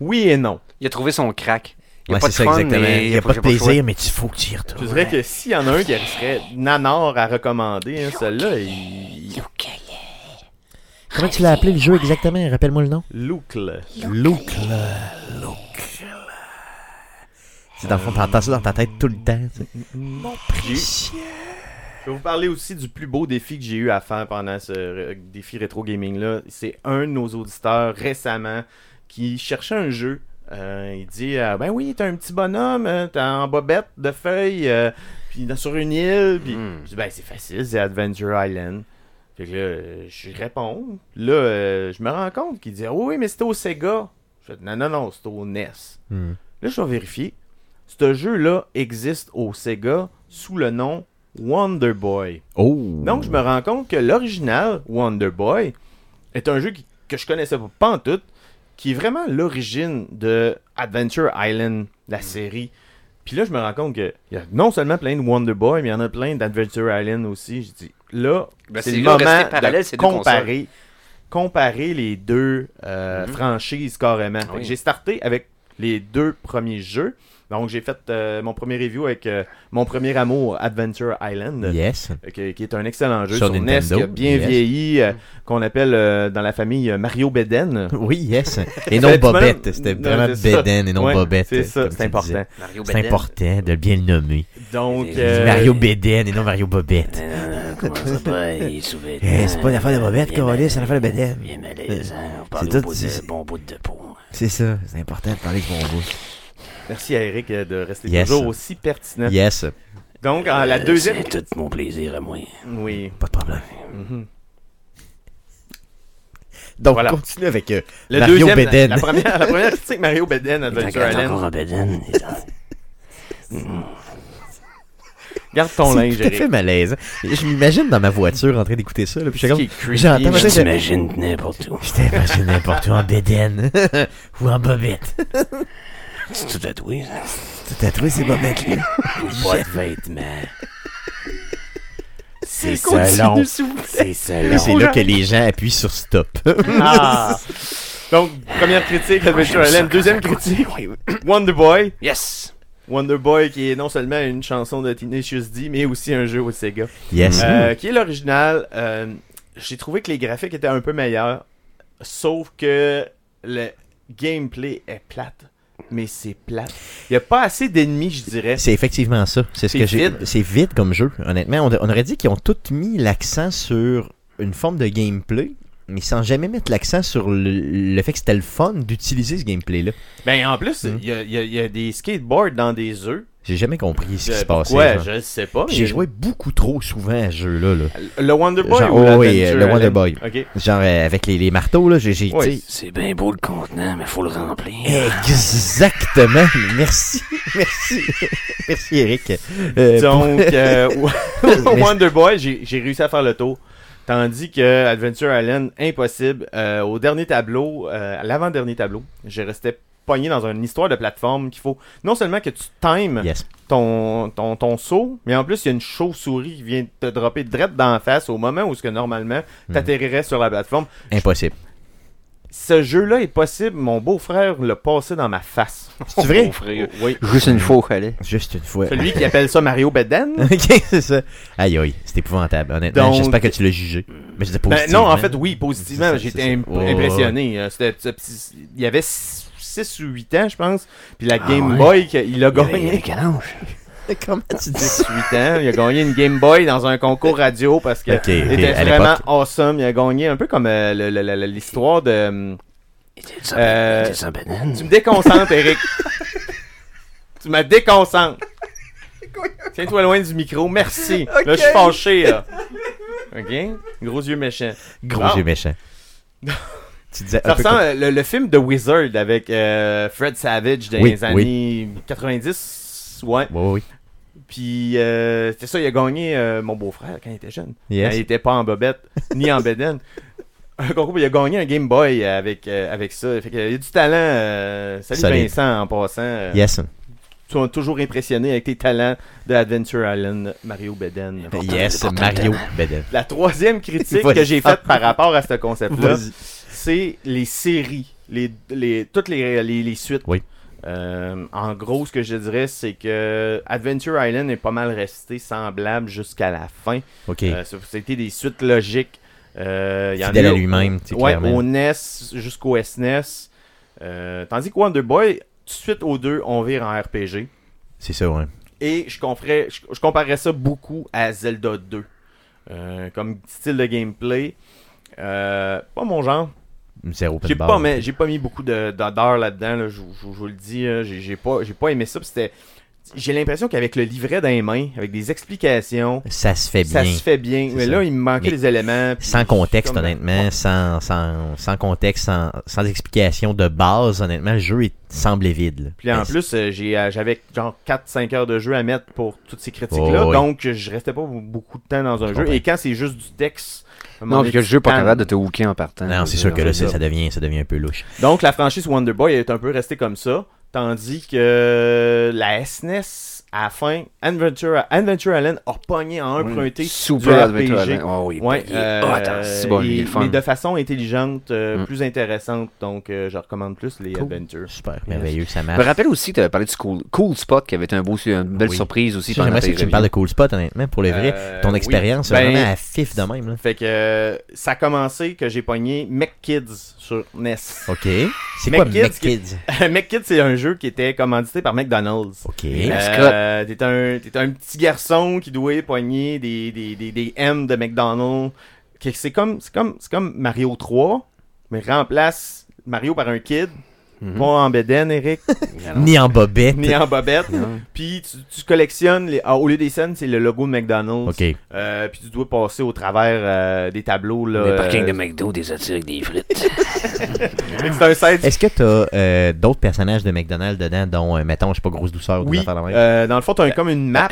Oui et non.
Il a trouvé son crack. Il n'y a
Ouais,
pas
c'est
de
ça,
fun,
exactement.
mais
Il n'y a pas de
j'ai le choix.
plaisir, mais il faut que tu y
Je
retournes.
dirais que s'il y en a un qui serait nanor à recommander, hein, celui-là, il...
Comment tu l'as appelé le jeu exactement Rappelle-moi le nom.
Loucle.
Look C'est dans le fond, t'entends ça dans ta tête tout le temps. tu sais.
J'ai eu- Je vais vous parler aussi du plus beau défi que j'ai eu à faire pendant ce euh, défi rétro gaming là. C'est un de nos auditeurs récemment qui cherchait un jeu. Euh, il dit euh, Ben oui, t'es un petit bonhomme, hein, t'es en bobette de feuilles, euh, puis dans- sur une île. Puis
Hmm.
je dis Ben c'est facile, c'est Adventure Island. Fait que là, euh, je réponds. Là, euh, je me rends compte qu'il dit Oui, mais c'était au Sega. Je fais Non, non, non, c'était au NES.
Hmm.
Là, je vais vérifier. Ce jeu-là existe au Sega sous le nom Wonder Boy.
Oh!
Donc, je me rends compte que l'original Wonder Boy est un jeu qui- que je connaissais pas, pas en tout, qui est vraiment l'origine de Adventure Island,
Mm.
la série. Puis là, je me rends compte qu'il y a non seulement plein de Wonder Boy, mais il y en a plein d'Adventure Island aussi. Je dis, là,
Ben,
c'est
c'est
le
là,
moment
rester parallèle,
de
ces deux consoles.
comparer, comparer les deux euh,
Mhm.
franchises carrément. Fait que
Oui.
J'ai starté avec les deux premiers jeux. Donc, j'ai fait euh, mon premier review avec euh, mon premier amour, Adventure Island
Yes.
Euh, qui, qui est un excellent jeu
Sur
sur,
Nintendo,
NES, qui a bien
yes.
vieilli, euh, qu'on appelle euh, dans la famille euh, Mario Beden.
Oui, yes. Et non
Faites-tu
Bobette.
même-
C'était
Non,
vraiment
c'est ça.
Beden et non
Ouais,
Bobette.
C'est ça,
comme
c'est
tu disais.
important.
Mario
C'est
Beden.
important de bien le nommer.
Donc,
J'ai dit
euh,
Mario Beden et non Mario Bobette.
Euh, comment ça va, il est sous vêtement.
Eh, c'est pas une affaire
euh,
de bobette,
Il est
Carolis, c'est une affaire de
malaisant.
bedaine.
Il est malaisant. On
C'est
parle
tout-
au bout
c'est-
de bon bout de peau. hein.
C'est ça, c'est important de parler de mon goût.
merci à Eric euh, de rester
Yes.
toujours aussi pertinent.
Yes,
Donc, en Ah, la
Euh,
deuxième.
C'est tout mon plaisir à moi.
Oui.
pas de problème.
Mhm.
Donc,
Voilà.
continue avec euh,
Le
Mario
deuxième, la-
Beden.
La, première, la première critique Mario Beden, Adventure
Regarde
Island.
encore un bedaine. il est en-
Garde ton
C'est
linge,
tout à fait
Eric.
malaise. Je m'imagine dans ma voiture en train d'écouter ça, là, puis je suis comme... J'entends
Je
ça, je-
t'imagine n'importe où.
Je t'imagine n'importe où en Beden ou en Bobette.
C'est tout tatoué, ça.
T'as trouvé ces bobettes-là?
Pas de vêtements. C'est
continue,
salon.
s'il vous plaît.
C'est
Et c'est
salon.
là que les gens appuient sur stop.
Ah. Donc, première critique,
J'aime
Adventure
ça
Island.
quand
Deuxième
ça
critique,
coince. Oui, oui.
Wonder Boy.
Yes!
Wonder Boy qui est non seulement une chanson de Tenacious D, mais aussi un jeu au Sega.
yes.
Euh, qui est l'original. euh, J'ai trouvé que les graphiques étaient un peu meilleurs, sauf que le gameplay est plate. Mais c'est plate. Il n'y a pas assez d'ennemis, je dirais.
C'est effectivement ça. C'est ce
C'est
que j'ai.
vide.
C'est vide comme jeu, honnêtement. On, on aurait dit qu'ils ont tous mis l'accent sur une forme de gameplay, mais sans jamais mettre l'accent sur le, le fait que c'était le fun d'utiliser ce gameplay-là.
Ben, en plus,
Mm.
il y, a, il y a- il y a des skateboards dans des œufs.
J'ai jamais compris ce qui
Euh,
se passait.
pourquoi,
genre.
je ne sais pas.
Puis
mais-
J'ai joué beaucoup trop souvent à ce jeu-là. là.
Le Wonder Boy
Genre,
ou
oh oui,
l'Adventure
le Wonder
Island?
Boy.
Ok.
Genre euh, avec les, les marteaux, là, j'ai. j'ai-
Oui.
tu sais,
C'est bien beau le contenant, mais faut le remplir.
Eh,
Eh,
Exactement. Merci. Merci. Merci, Eric. Euh,
Donc, euh,
Mais-
Wonder Boy, j'ai j'ai réussi à faire le tour. Tandis que Adventure Island, impossible. Euh, au dernier tableau, euh, à l'avant-dernier tableau, je restais pogné dans une histoire de plateforme qu'il faut non seulement que tu times
pour- Yes.
ton, ton, ton saut, mais en plus, il y a une chauve-souris qui vient te dropper direct dans la face au moment où ce que normalement t'atterrirais sur la plateforme.
Impossible.
Ce jeu-là est possible. Mon beau-frère l'a passé dans ma face.
C'est vrai?
Oui.
Juste une fois au chalet.
Juste une fois.
Celui qui appelle ça Mario Beden.
ok, c'est ça. Aïe aïe, c'est épouvantable, honnêtement.
Donc-
J'espère que tu l'as jugé. Mais je dis
Ben, non, en fait,
positivement.
oui,
C'est
positivement.
ça,
J'étais
c'est ça.
im-
Ouais, ouais,
impressionné. Euh, c'était- c'était petit- il y avait 6 ou 8 ans, je pense. Puis la
Ah
Game
ouais.
Boy, que- il a
Il y avait- il y avait
gagné.
quel âge?
Comment tu dis ça?
6 8 ans. Il a gagné une Game Boy dans un concours radio parce que
Ok, ok,
il était
à
vraiment
l'époque.
awesome. Il a gagné un peu comme euh, le- le- le- le- l'histoire de. hum,
Il était sans
Euh,
il était sans banane.
Tu me déconcentres, Eric. tu me déconcentres. Tiens-toi loin du micro. Merci. Là, je suis fâché. Là. OK? Gros yeux méchants.
Gros
Bon.
jeu méchant. tu disais un
Ça
peu
ressemble à le, le film The Wizard avec euh, Fred Savage dans
Oui,
les années 90. Ouais.
comme- Oui, oui,
Puis, euh, c'est ça, il a gagné euh, mon beau-frère quand il était jeune.
oui.
Quand il
Yes.
était pas en bobette, ni en bedaine. Un concours, il a gagné un Game Boy avec, euh, avec ça. Fait que, il y a du talent. euh, salut
Solide.
Vincent, en passant. Euh,
Yes.
Tu m'as toujours impressionné avec tes talents de Adventure Island, Mario Beden.
Yes, Mario Beden.
La troisième critique
Vas-y. Ah.
que j'ai faite par rapport à ce concept-là,
Vas-y.
c'est les séries, les, les, toutes les, les, les suites.
Oui.
Euh, en gros, ce que je dirais, c'est que Adventure Island est pas mal resté semblable jusqu'à la fin.
Ok.
Euh, ça- C'était des suites logiques. Euh, il y en
Fidèle
a
à
eu-
lui-même, tu sais,
Ouais,
clairement.
au NES jusqu'au SNES. Euh, tandis que Wonder Boy, tout de suite aux deux, on vire en RPG.
C'est ça, ouais.
Et je, comparais, je, je comparais ça beaucoup à Zelda 2. Euh, comme style de gameplay. Euh, pas mon genre.
Zéro open
J'ai
bar.
pas, mais j'ai pas mis beaucoup de- de- d'heures là-dedans, là, je, vous- je vous- je vous le dis, là, j'ai j'ai pas, j'ai pas aimé ça. puis c'était- J'ai l'impression qu'avec le livret dans les mains, avec des explications,
Ça se fait
ça
bien.
se fait bien.
C'est
Mais
ça.
là, il me manquait
Mais
les éléments. puis
Sans
je-
contexte,
comme-
honnêtement, sans, sans, sans contexte, sans, sans explication de base, honnêtement, le jeu il semblait vide. là.
Puis en
Mais
plus, euh, j'ai, euh, j'avais genre 4-5 heures de jeu à mettre pour toutes ces critiques-là.
Oh, oui.
Donc, je restais pas beaucoup de temps dans un
Je
jeu.
comprends.
Et quand c'est juste du texte. à un moment
Non, parce que le jeu est pas
donné,
capable de te hooker en partant.
Non, c'est sûr
euh,
que là,
c'est
ça, ça devient, ça devient un peu louche.
Donc, la franchise Wonder Boy est un peu restée comme ça. Tandis que la SNES, à la fin, Adventure, Adventure Island a pogné, a emprunté. du
Super Adventure
RPG.
Island. Oh oui.
Ouais,
il est-
euh,
oh, attends, c'est bon,
et-
il est le fun.
mais de façon intelligente, euh,
Mm.
plus intéressante. Donc, euh, je recommande plus les
Cool.
Adventures.
Super, merveilleux, ça
Je me
marche.
rappelle aussi, tu avais parlé du cool, Cool Spot qui avait été un beau, une belle
Oui.
surprise aussi. pendant
J'aimerais ça
tes
que tu me parles de Cool Spot, honnêtement, pour le vrai.
Euh,
Ton
oui.
expérience,
Ben,
vraiment à fif de même. Là.
Fait que euh, ça a commencé que j'ai pogné McKids sur NES.
OK. C'est quoi
McKids
McKids?
qui- McKids, c'est un jeu qui était commandité par McDonald's.
OK.
Euh, t'es un, t'es un petit garçon qui doit pogner des, des, des, des M de McDonald's. Que C'est comme, c'est comme, c'est comme Mario 3, mais remplace Mario par un kid.
Mhm.
Pas en bédaine, Eric,
de
Ni en bobette.
ni en bobette.
Non.
Puis tu, tu collectionnes, les, ah, au lieu des scènes, c'est le logo de McDonald's.
OK.
Euh, puis tu dois passer au travers euh, des tableaux. Là,
Le parking
euh,
de McDo, des attirs avec des frites.
C'est un side
Est-ce que t'as euh, d'autres personnages de McDonald's dedans, dont, euh, mettons, je sais pas, Grosse Douceur ou des
Oui,
affaires de même?
euh, dans le fond, t'as un- comme une map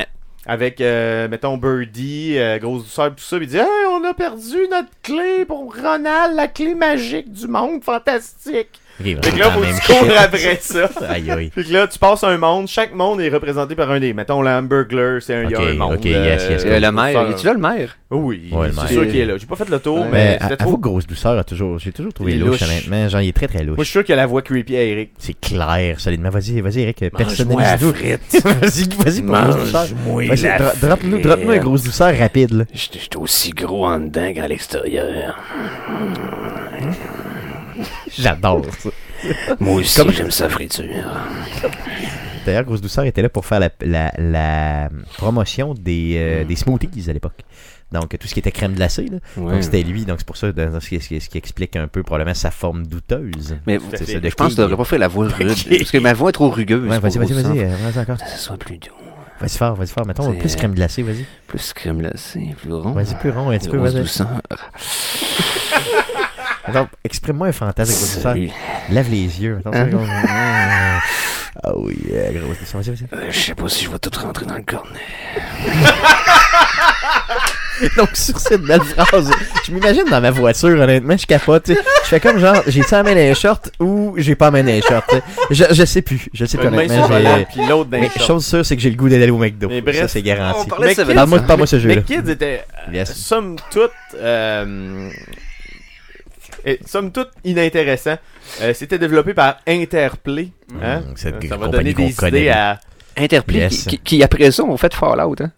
avec, euh, mettons, Birdie, euh, Grosse Douceur, tout ça. puis Il dit Hey, on a perdu notre clé pour Ronald, la clé magique du monde fantastique.
Ok,
Fait que
vraiment
là,
la
faut
même
que tu cours
shit.
après ça.
Aïe, aïe.
Fait que là, tu passes un monde, chaque monde est représenté par un des. Mettons, le Hamburgler, c'est un, il y a
Ok,
un monde.
ok, yes, yes,
Euh,
Cool
le maire. Es-tu là le maire?
Oui,
Ouais, le maire.
c'est sûr qu'il est là. J'ai pas fait le tour,
Ouais.
Mais
mais
à,
c'était
à vous,
trop.
Grosse Douceur a toujours, j'ai toujours trouvé
Il est
louche,
louche.
honnêtement. Genre, il est très, très
Moi, je
louche.
suis sûr qu'il y a la voix creepy à Eric.
C'est clair, solidement. Vas-y, vas-y, Eric,
Mange-moi la
personnalise-nous.
frite.
Vas-y, vas-y, pour Grosse Douceur.
Mange-moi
Vas-y,
la
dro- drop-nous, drop-nous un
frite.
Grosse Douceur rapide, là.
J'étais j'étais aussi gros en dedans qu'à l'extérieur.
J'adore ça.
Moi aussi,
Comme-
j'aime sa friture.
D'ailleurs, Grosse Douceur était là pour faire la, la- la promotion des,
Hmm.
euh, des smoothies à l'époque. Donc, tout ce qui était crème glacée, là. Donc, c'était lui. Donc, c'est pour ça, dans- ce, qui, ce qui- ce qui explique un peu probablement sa forme douteuse.
Mais
à
C'est
fait.
ça, de
je pense que je devrais pas faire la voix rude. Parce que ma voix est trop rugueuse.
Ouais, vas-y,
pour
vas-y,
ça.
vas-y, euh, vas-y encore.
Ça, ça soit plus doux.
Vas-y fort, vas-y fort. Mettons
C'est-
plus crème glacée, vas-y.
Plus crème glacée, plus rond.
Vas-y plus rond un petit peu, vas-y.
douceur.
Attends, exprime-moi un fantasme, grosse douceur.
Salut.
Lève les yeux. Attends, c'est bon. Ah oui, euh, grosse douceur. Vas-y, vas-y.
Euh, Je sais pas si je vais tout rentrer dans le cornet.
Donc, sur cette belle phrase, je m'imagine dans ma voiture, honnêtement, je capote. tu sais. Je fais comme genre, j'ai ça à main un short ou j'ai pas à main un short. tu sais. Je, je sais plus. Je sais plus,
Une main
honnêtement.
sur
j'ai-
Ronald, puis l'autre ben, dans les
Mais
shorts.
chose sûre, c'est que j'ai le goût d'aller au McDo.
Mais bref,
ça, c'est garanti.
parlait de
Mais-
Parle-moi parle-moi de ce jeu-là.
Mais Kids était, euh,
Yes.
somme toute, euh, et- somme toute inintéressant. Euh, C'était développé par Interplay. hein.
Mmh, cette
ça va
compagnie
donner
qu'on
des
connaît.
idées à.
Interplay,
Yes.
qui, qui- qui, après ça ont fait Fallout. Hein?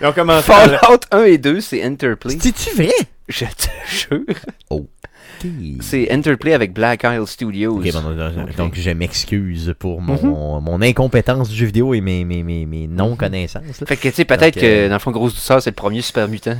Ils ont commencé. à le-
Fallout 1 et 2, c'est Interplay.
C'est-tu vrai?
Je te jure.
Ok.
C'est Interplay avec Black Isle Studios.
Ok, bon, non, non,
Ok.
donc je m'excuse pour mon,
Mhm.
mon incompétence du jeu vidéo et mes, mes, mes, mes non-connaissances. là.
Fait que, tu sais, peut-être
Donc, euh,
que, dans le fond, Grosse Douceur, c'est le premier super mutant.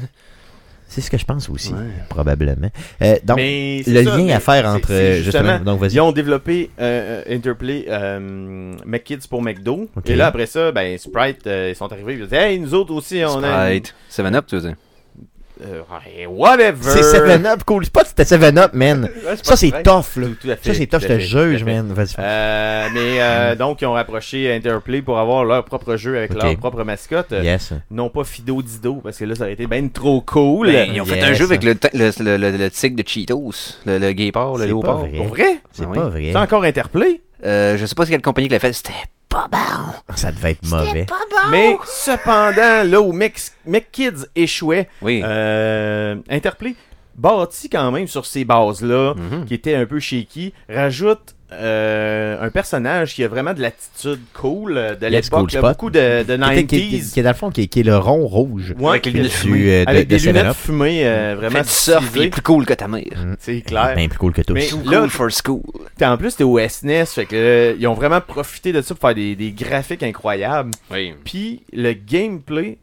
C'est ce que je pense aussi,
Ouais.
probablement. Euh, donc,
Mais c'est
le
ça,
lien
mais
à faire
c'est-
entre...
c'est
euh, Justement, donc vas-y.
Ils ont développé euh, euh, Interplay euh, McKids pour McDo.
Ok.
Et là, après ça, ben, Sprite, euh, ils sont arrivés. Ils ont dit Hey, nous autres aussi, on a. une-
Sprite. Seven Up, tu veux dire.
Euh, hey, whatever.
C'est 7-Up, cool. C'est pas c'était 7-Up, man.
Ouais,
Ça, c'est
Sprite.
tough, là.
Tout- tout à fait,
Ça, c'est tough,
tout
je
à
te
fait,
juge,
tout à fait.
man. Vas-y.
Euh, mais euh, donc, ils ont rapproché Interplay pour avoir leur propre jeu avec
Ok.
leur propre mascotte.
Yes.
Non pas Fido Dido, parce que là, ça aurait été ben trop cool.
Ben, ils ont fait
yes.
un jeu avec le, t- le, le, le, le tigre de Cheetos, le, le guépard, le
C'est pas
léopard.
vrai.
Pour vrai?
C'est
Ah oui.
pas vrai.
C'est encore Interplay?
Euh, je sais pas c'est quelle compagnie qui l'a fait. C'était pas bon.
Ça devait être mauvais.
Mais cependant, là où Mex- McKids échouait,
Oui.
euh, Interplay bâtit quand même sur ces bases-là,
Mhm.
qui étaient un peu shaky, rajoute euh, un personnage qui a vraiment de l'attitude cool euh, de
Yes,
l'époque,
cool
là,
spot.
beaucoup de, de
Qui, était- qui- qui-
90s.
qui est dans le fond, qui, est- qui est le rond rouge.
Ouais,
Avec les
qui-
lunettes
Du,
fumées.
euh, de-
avec
de
des
7-Up.
lunettes fumées, euh, vraiment
Fais du surf, il
stylisées.
est plus cool que ta mère.
Mm.
C'est clair.
Bien Ben, plus cool que tous.
Mais-
Too
là,
cool for school.
Puis en plus, t'es au SNES, fait que euh, ils ont vraiment profité de ça pour faire des, des graphiques incroyables.
Oui.
Puis le gameplay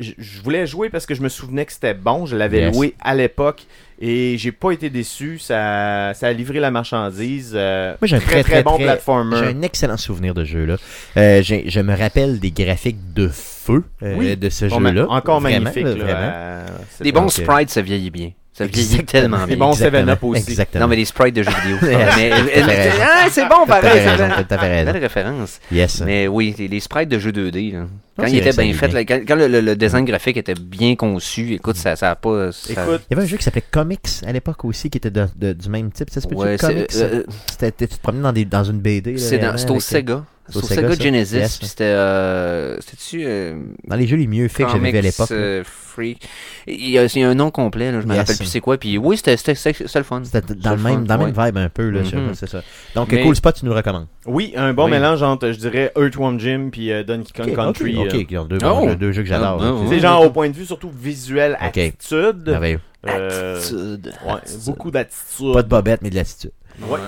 je- je voulais jouer parce que je me souvenais que c'était bon. Je l'avais
Yes.
loué à l'époque et j'ai pas été déçu. Ça, ça a livré la marchandise. euh,
Moi, j'ai un
très,
très,
très
très,
bon
très-
platformer.
J'ai un excellent souvenir de ce jeu là. Euh, j'ai- je me rappelle des graphiques de feu euh,
Oui.
de ce
Bon,
jeu là.
ma- encore magnifique. là, euh, c'est
Des
bon.
bons
Donc, euh,
sprites, ça vieillit bien. Ça vieillit hein. tellement
Des
bien.
bons 7-Up aussi.
Exactement.
Non, mais des sprites de jeux vidéo. Ah, mais,
raison.
Ah, c'est bon,
T'as
pareil.
raison,
c'est-
t'as raison.
Belle référence.
Yes.
Mais oui, les- les sprites de jeux 2D. là. Quand
Ah, c'est vrai,
il était
ça
bien
allait
fait,
bien.
là, quand, quand le, le- le design graphique était bien conçu, écoute, ça, ça a pas. ça-
Écoute,
Il y avait un jeu qui s'appelait Comics à l'époque aussi, qui était de- de- du même type. Ça se peut
ouais, c'est-
Comics?
euh, euh,
C'était- tu te promenais dans, des, dans une BD. là,
c'est dans-
vraiment,
c'est au
avec- euh,
Sega. C'est au
au Sega,
Sega
ça?
Genesis.
Yes.
Puis c'était. euh, C'était-tu. euh,
Dans les jeux les mieux faits que j'avais
Comics,
vu à l'époque. là.
euh, Freak. Il y, a, il y a un nom complet, là, je me
Yes.
rappelle plus c'est quoi. Puis oui, c'était c'était- c'était- c'était le fun.
C'était dans le
le
même,
fun,
dans le même
ouais.
vibe un peu. Là, je-
Mhm.
c'est ça. Donc,
Mais-
Cool Spot, tu nous recommandes.
oui, un bon
Oui.
mélange entre, je dirais, Earthworm Jim puis euh, Donkey Kong
Ok,
Country.
Ok,
euh.
ils ont deux,
Oh!
bons jeux- deux jeux que j'adore.
Ah,
là.
bon,
C'est
ouais.
genre au point de vue surtout visuel,
Ok.
attitude.
Merveilleux.
euh,
Attitude.
ouais, beaucoup d'attitude.
Pas de bobette, mais de l'attitude.
Ouais.